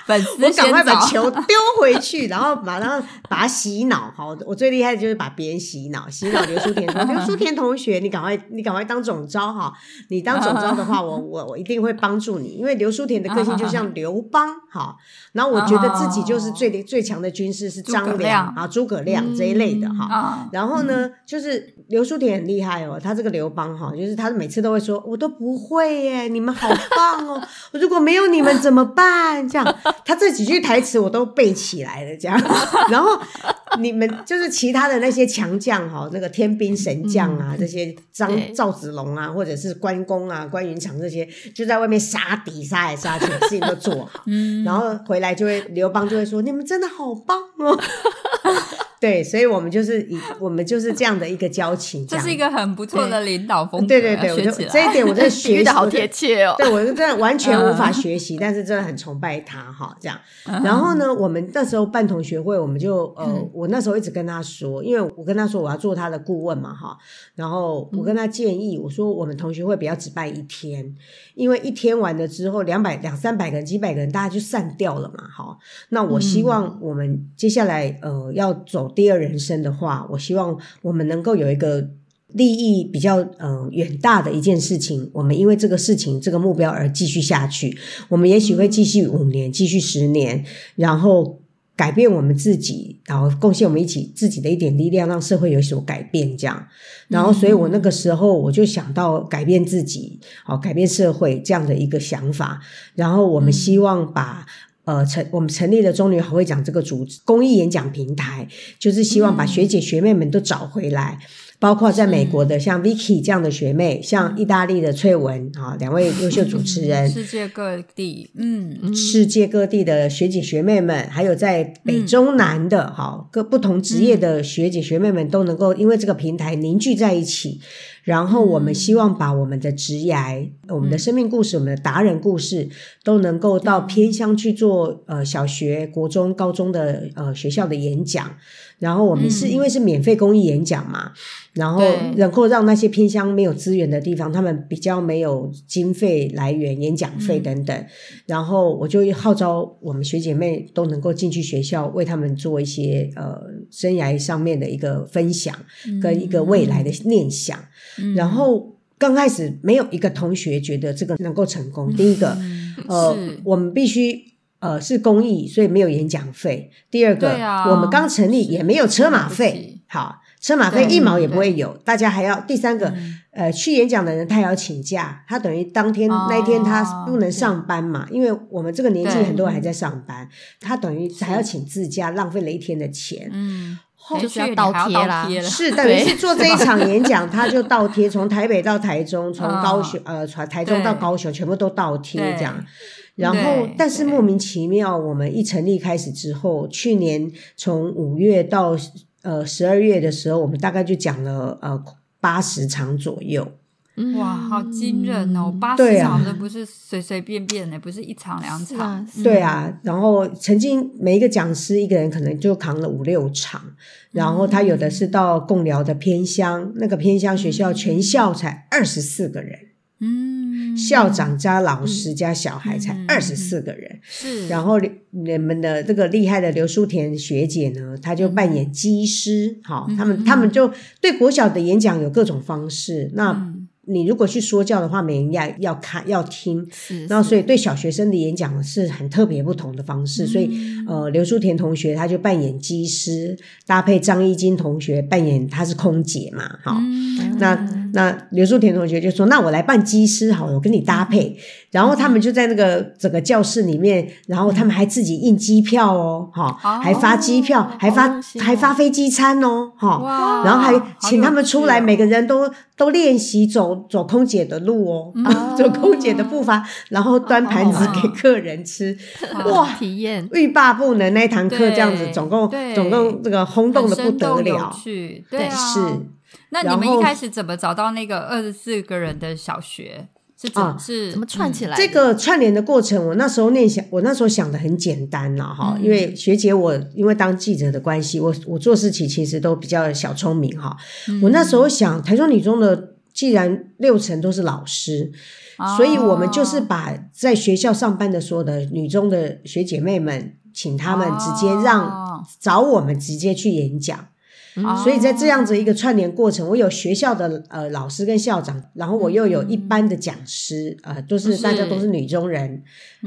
Speaker 3: 粉
Speaker 1: 我
Speaker 3: 丝
Speaker 1: 赶快
Speaker 3: 先
Speaker 1: 把
Speaker 3: 找，
Speaker 1: 球丢回去， 然后马上把他洗脑哈。我最厉害的就是把别人洗脑，洗脑刘书田说：“刘书田同学，你赶快，你赶快当总招哈！你当总招的话，我我我一定会帮助你，因为刘书田的个性就像刘邦哈。然后我觉得自己就是最最强的军师是
Speaker 3: 哦诸葛
Speaker 1: 张良
Speaker 3: 亮
Speaker 1: 啊、诸葛亮这一类的哈。
Speaker 3: 啊，
Speaker 1: 然后呢，就是刘书田很厉害哦，他这个刘邦哈，就是他每次都会说，我都不会耶，你们好棒哦， 我如果没有你们怎么办？这样，他这几句台词我都背起来了，这样。 然后你们就是其他的那些强将哈，那个天兵神将啊，这些张
Speaker 2: 对
Speaker 1: 赵子龙啊，或者是关公啊、关云长这些，就在外面杀敌杀来杀去，事情都做好。
Speaker 3: 嗯
Speaker 1: 然后回来就会刘邦就会说：“你们真的好棒哦！”对，所以我们就是以我们就是这样的一个交情，
Speaker 3: 这
Speaker 1: 样
Speaker 3: 是一个很不错的领导风格，
Speaker 1: 对对对，我
Speaker 3: 学
Speaker 1: 就
Speaker 3: 起来
Speaker 1: 这一点 我在
Speaker 2: 比
Speaker 1: 学
Speaker 2: 喻
Speaker 1: 习
Speaker 2: 的好
Speaker 1: 我在
Speaker 2: 贴切哦。
Speaker 1: 对我真的完全无
Speaker 3: 嗯
Speaker 1: 法学习，但是真的很崇拜他哈，这样。然后呢，我们那时候办同学会，我们就
Speaker 3: 嗯
Speaker 1: 呃，我那时候一直跟他说，因为我跟他说我要做他的顾问嘛哈，然后我
Speaker 3: 嗯
Speaker 1: 跟他建议，我说我们同学会不要只办一天，因为一天完了之后，两百两三百个人、几百个人，大家就散掉了嘛哈。那我希望我们接下来呃要走第二人生的话，我希望我们能够有一个利益比较呃远大的一件事情，我们因为这个事情这个目标而继续下去，我们也许会继续五年，继续十年，然后改变我们自己，然后贡献我们一起自己的一点力量，让社会有所改变这样。然后，所以我那个时候我就想到改变自己，好、改变社会这样的一个想法。然后我们希望把。呃，成我们成立了中女好会讲这个组织公益演讲平台，就是希望把学姐学妹们都找回来，包括在美国的像 Vicky 这样的学妹，像意大利的翠文啊，两位优秀主持人，
Speaker 3: 嗯世界各地，嗯，嗯
Speaker 1: 世界各地的学姐学妹们，还有在北中南的哈、各不同职业的学姐学妹们都能够因为这个平台凝聚在一起，然后我
Speaker 3: 嗯
Speaker 1: 们希望把我们的职涯、我们的生命故事、我们的达人故事，都能够到
Speaker 3: 嗯
Speaker 1: 偏乡去做呃小学、国中、高中的呃学校的演讲。然后我们是、
Speaker 3: 嗯
Speaker 1: 因为是免费公益演讲嘛，然后
Speaker 4: 对
Speaker 1: 能够让那些偏乡没有资源的地方，他们比较没有经费来源、演讲费
Speaker 3: 嗯
Speaker 1: 等等。然后我就号召我们学姐妹都能够进去学校，为他们做一些呃生涯上面的一个分享跟一个未来的念想。
Speaker 3: 嗯
Speaker 1: 然后刚开始没有一个同学觉得这个能够成
Speaker 3: 嗯
Speaker 1: 功。第一个，呃
Speaker 4: 是，
Speaker 1: 我们必须。呃，是公益，所以没有演讲费。第二个，
Speaker 3: 对啊
Speaker 1: 我们刚成立
Speaker 3: 是
Speaker 1: 也没有车马
Speaker 3: 对不
Speaker 1: 费
Speaker 3: 起，
Speaker 1: 好，车马费
Speaker 3: 对
Speaker 1: 一毛也不会有。大家还要第三个，
Speaker 3: 嗯
Speaker 1: 呃，去演讲的人他也要请假，他等于当天、
Speaker 3: 哦
Speaker 1: 那一天他不能上班嘛，因为我们这个年纪
Speaker 3: 对
Speaker 1: 很多人还在上班，他等于还要请自假，浪费了一天的钱。
Speaker 3: 嗯，
Speaker 1: 后
Speaker 3: 回
Speaker 4: 就是
Speaker 3: 去
Speaker 4: 要
Speaker 3: 你
Speaker 4: 倒
Speaker 3: 还要
Speaker 4: 贴啦
Speaker 3: 了
Speaker 1: 是等于
Speaker 4: 对
Speaker 1: 是做这一场演讲，他就倒贴，从台北到台中，从
Speaker 3: 嗯
Speaker 1: 高雄呃，从台中到高雄，全部都倒贴
Speaker 3: 对
Speaker 1: 这样。然后
Speaker 3: 对，
Speaker 1: 但是
Speaker 3: 对
Speaker 1: 莫名其妙，我们一成立开始之后，去年从五月到呃十二月的时候，我们大概就讲了呃八十场左右。
Speaker 2: 嗯
Speaker 3: 哇，好惊人哦！八
Speaker 1: 对
Speaker 3: 十
Speaker 1: 啊
Speaker 3: 场这不是随随便便的，不是一场两
Speaker 2: 是
Speaker 3: 场嗯
Speaker 2: 啊，，是
Speaker 1: 对啊，然后曾经每一个讲师一个人可能就扛了五六场，然后他有
Speaker 3: 嗯
Speaker 1: 的是到贡寮的偏乡，那个偏乡学校全校才二十四个人。
Speaker 3: 嗯，
Speaker 1: 校长加老师加小孩才
Speaker 3: 嗯嗯嗯
Speaker 1: 二十四个人，
Speaker 3: 是，
Speaker 1: 然后你你们的这个厉害的刘淑田学姐呢，她就扮演机师，好、
Speaker 3: 嗯
Speaker 1: 他们他们就对国小的演讲有各种方式。那
Speaker 3: 嗯
Speaker 1: 你如果去说教的话，每人要要看要听，
Speaker 2: 是，
Speaker 1: 然后所以
Speaker 2: 是
Speaker 1: 对小学生的演讲是很特别不同的方式，所以
Speaker 3: 嗯
Speaker 1: 呃，刘淑田同学他就扮演机师，搭配张一金同学扮演她是空姐嘛，哈、
Speaker 3: 嗯
Speaker 1: 那那刘树田同学就说：“那我来扮机师好了，我跟你搭
Speaker 3: 嗯
Speaker 1: 配。”然后他们就在那个整个教室里面，然后他们还自己印机票哦，哈、
Speaker 3: 哦
Speaker 1: 还发机票，还
Speaker 2: 好
Speaker 1: 发
Speaker 2: 用心哦
Speaker 1: 还发飞机餐哦，哈、
Speaker 3: 哇，
Speaker 1: 然后还
Speaker 3: 好有
Speaker 1: 请他们出来，
Speaker 3: 趣哦
Speaker 1: 每个人都都练习走走空姐的路哦，
Speaker 3: 嗯
Speaker 1: 走空姐的步伐，然后端盘子
Speaker 3: 啊
Speaker 1: 给客人吃，
Speaker 3: 哇
Speaker 1: 哇，
Speaker 2: 体验
Speaker 1: 欲罢不能。那一堂课这样子，
Speaker 3: 对
Speaker 1: 总共
Speaker 3: 对
Speaker 1: 总共这个轰动的
Speaker 3: 很
Speaker 1: 不
Speaker 3: 生
Speaker 1: 得
Speaker 3: 动有
Speaker 1: 了，
Speaker 3: 趣对啊。
Speaker 1: 是。
Speaker 3: 那
Speaker 1: 然
Speaker 3: 你们
Speaker 1: 后
Speaker 3: 一开始怎么找到那个二十四个人的小学？是怎
Speaker 1: 啊
Speaker 3: 是嗯
Speaker 2: 怎么串起来
Speaker 3: 来？
Speaker 2: 的？
Speaker 1: 这个串联的过程，我那时候念想，我那时候想的很简单了哈，
Speaker 3: 嗯
Speaker 1: 因为学姐我因为当记者的关系，我我做事情其实都比较小聪明哈。
Speaker 3: 嗯
Speaker 1: 我那时候想，台中女中的既然六成都是老师，
Speaker 3: 哦
Speaker 1: 所以我们就是把在学校上班的所有的女中的学姐妹们，请她们直接让、
Speaker 3: 哦
Speaker 1: 找我们直接去演讲。
Speaker 2: 嗯
Speaker 1: 所以在这样子一个串联过程，我有学校的呃老师跟校长，然后我又有一般的讲师，呃，都是
Speaker 3: 是
Speaker 1: 大家都是女中人、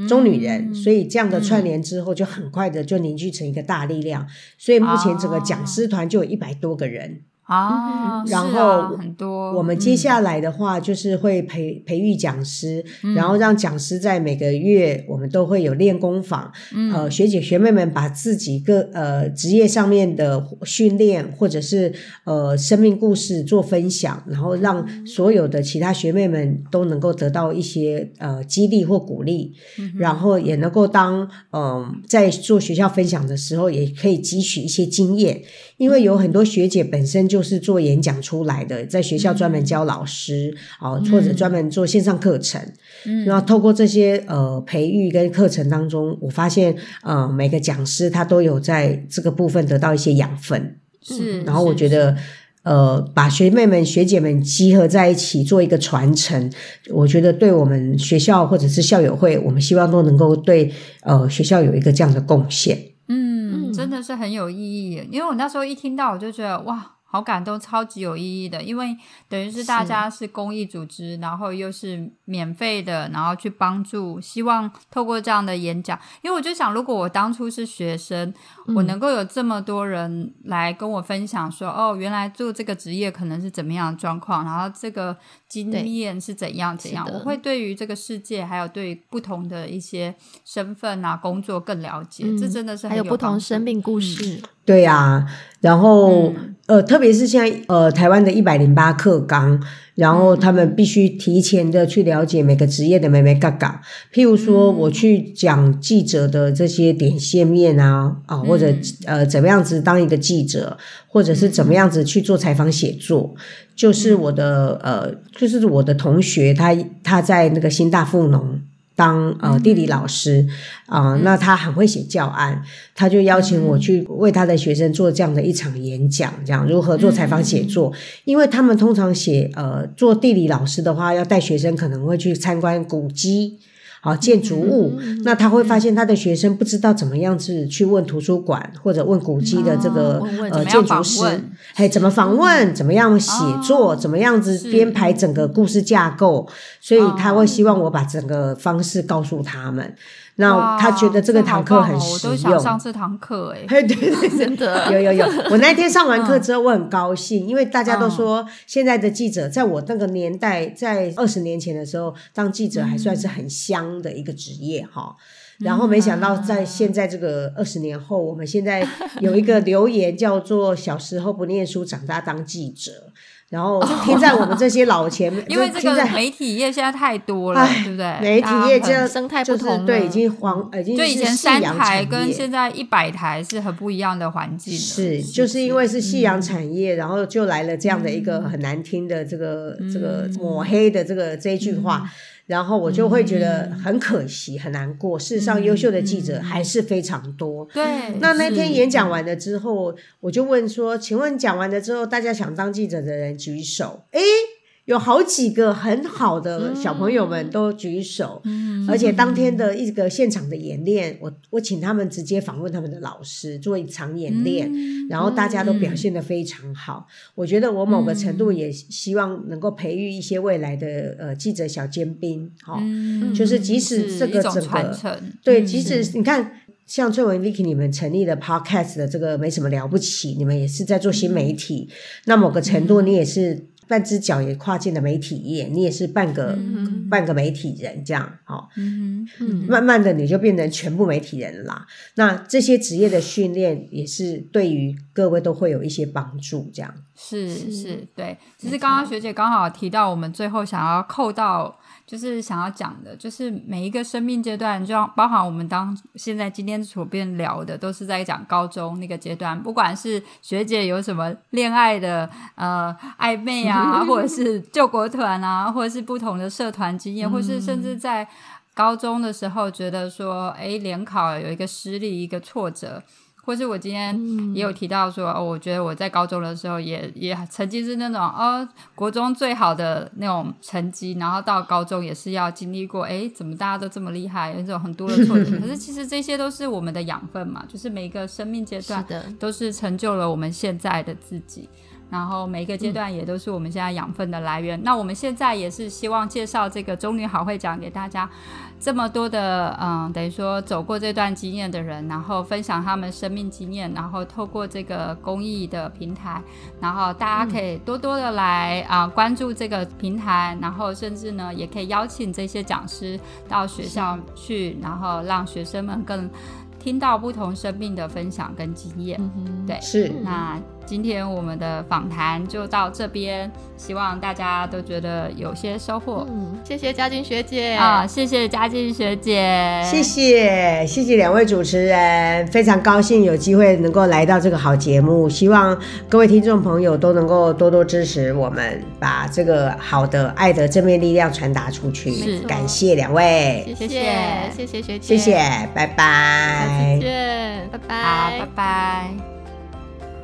Speaker 1: 中女人，
Speaker 3: 嗯
Speaker 1: 所以这样的串联之后，就很快的就凝聚成一个大力量。所以目前整个
Speaker 3: 哦
Speaker 1: 讲师团就有一百多个人。
Speaker 3: 啊，
Speaker 1: 嗯然
Speaker 3: 是啊
Speaker 1: 后
Speaker 3: 很多
Speaker 1: 我们接下来的话就是会培培育讲师，然后让讲师在每个月我们都会有练功坊，呃，学姐学妹们把自己各呃职业上面的训练或者是呃生命故事做分享，然后让所有的其他学妹们都能够得到一些呃激励或鼓励，然后也能够当嗯、呃在做学校分享的时候，也可以汲取一些经验，因为有很
Speaker 3: 嗯
Speaker 1: 多学姐本身就是做演讲出来的，在学校专门教老师哦、或者专门做线上课程。
Speaker 3: 嗯
Speaker 1: 然后透过这些呃培育跟课程当中，我发现呃每个讲师他都有在这个部分得到一些养分。
Speaker 3: 是，
Speaker 1: 然后我
Speaker 3: 嗯是
Speaker 1: 觉得呃把学妹们学姐们集合在一起做一个传承，我觉得对我们学校或者是校友会，我们希望都能够对呃学校有一个这样的贡献。
Speaker 3: 嗯，
Speaker 2: 嗯
Speaker 3: 真的是很有意义。因为我那时候一听到，我就觉得哇，好感动，超级有意义的。因为等于是大家是公益组织，然后又是免费的，然后去帮助，希望透过这样的演讲。因为我就想，如果我当初是学生，我
Speaker 2: 嗯
Speaker 3: 能够有这么多人来跟我分享说，哦，原来做这个职业可能是怎么样的状况，然后这个经
Speaker 2: 对
Speaker 3: 验是怎样怎
Speaker 2: 是
Speaker 3: 样，
Speaker 2: 的
Speaker 3: 我会对于这个世界，还有对于不同的一些身份啊、工作更了解。这
Speaker 2: 嗯
Speaker 3: 真的是
Speaker 2: 还
Speaker 3: 很
Speaker 2: 有不
Speaker 3: 帮
Speaker 2: 同
Speaker 3: 助
Speaker 2: 生命故事，
Speaker 1: 对呀、然后、
Speaker 4: 嗯
Speaker 1: 呃，特别是现在呃台湾的一百零八课纲，然
Speaker 4: 嗯
Speaker 1: 后他们必须提前的去了解每个职业的美眉嘎嘎。譬如说，
Speaker 4: 嗯
Speaker 1: 我去讲记者的这些点线面啊啊，或者
Speaker 4: 嗯
Speaker 1: 呃怎么样子当一个记者，或者是怎么样子去做采访写作。就是我的呃，就是我的同学，他他在那个新大附农当呃地
Speaker 3: 嗯
Speaker 1: 理老师啊、那他很会写教案，他就邀请
Speaker 3: 嗯
Speaker 1: 我去为他的学生做这样的一场演讲，这样如何做采访
Speaker 3: 嗯
Speaker 1: 写作，因为他们通常写呃做地理老师的话，要带学生可能会去参观古迹。好建筑
Speaker 3: 嗯
Speaker 1: 物，那他会发现他的学生不知道怎么样子去问图书馆或者问古迹的这个、
Speaker 4: 哦问问
Speaker 1: 呃
Speaker 3: 怎么样
Speaker 1: 建筑
Speaker 3: 访
Speaker 1: 师
Speaker 3: 问，
Speaker 1: 嘿，怎么访
Speaker 3: 嗯
Speaker 1: 问，怎么样写作，
Speaker 3: 哦
Speaker 1: 怎么样子编排整个故事架构，所以
Speaker 3: 哦
Speaker 1: 他会希望我把整个方式告诉他们。那
Speaker 3: 哇
Speaker 1: 哦他觉得这个
Speaker 3: 好
Speaker 1: 堂课
Speaker 3: 棒
Speaker 1: 很
Speaker 3: 哦
Speaker 1: 实
Speaker 3: 我都想
Speaker 1: 用。
Speaker 3: 上这堂课哎、
Speaker 1: 嘿， 对对对，
Speaker 4: 真的
Speaker 1: 有有 有，我那天上完课之后我很高兴，因为大家都
Speaker 3: 嗯
Speaker 1: 说现在的记者，在我那个年代，在二十年前的时候，当记者还算是很香的一个职业哈。
Speaker 3: 嗯
Speaker 1: 然后没想到在现在这个二十年后，我们现在有一个留言叫做“小时候不念书，长大当记者”，然后就听在我们这些老前辈，
Speaker 3: 因为
Speaker 1: 就
Speaker 3: 这
Speaker 1: 听
Speaker 3: 个
Speaker 1: 在
Speaker 3: 媒啊体业现在太多了
Speaker 1: 哎，
Speaker 3: 对不对？
Speaker 1: 媒体业这样
Speaker 4: 生态
Speaker 1: 就
Speaker 4: 不
Speaker 1: 是
Speaker 4: 同了
Speaker 1: 对已经黄，呃已经
Speaker 3: 就以
Speaker 1: 是
Speaker 3: 前
Speaker 1: 夕
Speaker 3: 三
Speaker 1: 阳
Speaker 3: 台
Speaker 1: 产
Speaker 3: 跟
Speaker 1: 业
Speaker 3: 现在一百台是很不一样的嗯环境了。
Speaker 1: 是，就是因为是夕阳产业，然后就来了这样的一
Speaker 3: 嗯
Speaker 1: 个很难听的这个、这个抹黑的这个这一句话，
Speaker 3: 嗯
Speaker 1: 然后我就会觉得很可惜，很难过。事实上，优秀的记者还是非常多。
Speaker 2: 嗯
Speaker 3: 嗯对，
Speaker 1: 那那天
Speaker 3: 是嗯
Speaker 1: 演讲完了之后，我就问说：“请问讲完了之后，大家想当记者的人举手？”诶，有好几个很好的小朋友
Speaker 3: 嗯
Speaker 1: 们都举手，而且当天的一个现场的演练，我我请他们直接访问他们的老师做一场演练，
Speaker 3: 嗯
Speaker 1: 然后大家都表现得非常好。我觉得我某个程度
Speaker 3: 嗯
Speaker 1: 也希望能够培育一些未来的呃记者小尖兵，哈、
Speaker 3: 嗯
Speaker 1: 哦就是即使这
Speaker 3: 一
Speaker 1: 个
Speaker 3: 种
Speaker 1: 整
Speaker 3: 传
Speaker 1: 个
Speaker 3: 承，
Speaker 1: 对，
Speaker 3: 嗯
Speaker 1: 即使你看，像翠文 Vicky 你们成立的 Podcast 的这个没什么了不起，你们也是在做新
Speaker 3: 嗯
Speaker 1: 媒体，那某个程度你也是半只脚也跨进了媒体业，你也是半个、
Speaker 3: 嗯
Speaker 1: 半个媒体人这样，好、
Speaker 3: 嗯哼
Speaker 4: 嗯
Speaker 1: 慢慢的你就变成全部媒体人了啦。那这些职业的训练也是对于各位都会有一些帮助，这样。
Speaker 3: 是
Speaker 2: 是
Speaker 3: 是，对。其实刚刚学姐刚好提到，我们最后想要扣到，就是想要讲的，就是每一个生命阶段，就像包含我们当现在今天所边聊的，都是在讲高中那个阶段，不管是学姐有什么恋爱的呃暧昧啊，或者是救国团啊，或者是不同的社团经验，或是甚至在。高中的时候觉得说，诶，联考有一个失利，一个挫折，或是我今天
Speaker 4: 嗯
Speaker 3: 也有提到说，哦，我觉得我在高中的时候也也曾经是那种哦，国中最好的那种成绩，然后到高中也是要经历过，诶，怎么大家都这么厉害，有一种很多的挫折。可是其实这些都是我们的养分嘛，就是每一个生命阶
Speaker 4: 是
Speaker 3: 段
Speaker 4: 的，
Speaker 3: 都是成就了我们现在的自己。然后每一个阶段也都是我们现在养分的来源。那我们现在也是希望介绍这个中女好会讲给大家，这么多的嗯，等于说走过这段经验的人，然后分享他们生命经验，然后透过这个公益的平台，然后大家可以多多的来啊、关注这个平台，然后甚至呢也可以邀请这些讲师到学校去，然后让学生们更听到不同生命的分享跟经验。对，
Speaker 1: 是
Speaker 3: 那今天我们的访谈就到这边，希望大家都觉得有些收获
Speaker 2: 嗯，谢谢嘉俊学姐
Speaker 3: 啊、谢谢嘉靖学姐，
Speaker 1: 嗯谢谢，谢谢两位主持人，非常高兴有机会能够来到这个好节目，希望各位听众朋友都能够多多支持我们，把这个好的爱的正面力量传达出去
Speaker 3: 是。
Speaker 1: 感谢两位，
Speaker 2: 谢
Speaker 3: 谢
Speaker 2: 谢，谢谢学
Speaker 1: 谢
Speaker 2: 姐，
Speaker 1: 谢，拜
Speaker 2: 下
Speaker 1: 拜
Speaker 2: 次。见，拜拜，
Speaker 3: 好，拜拜。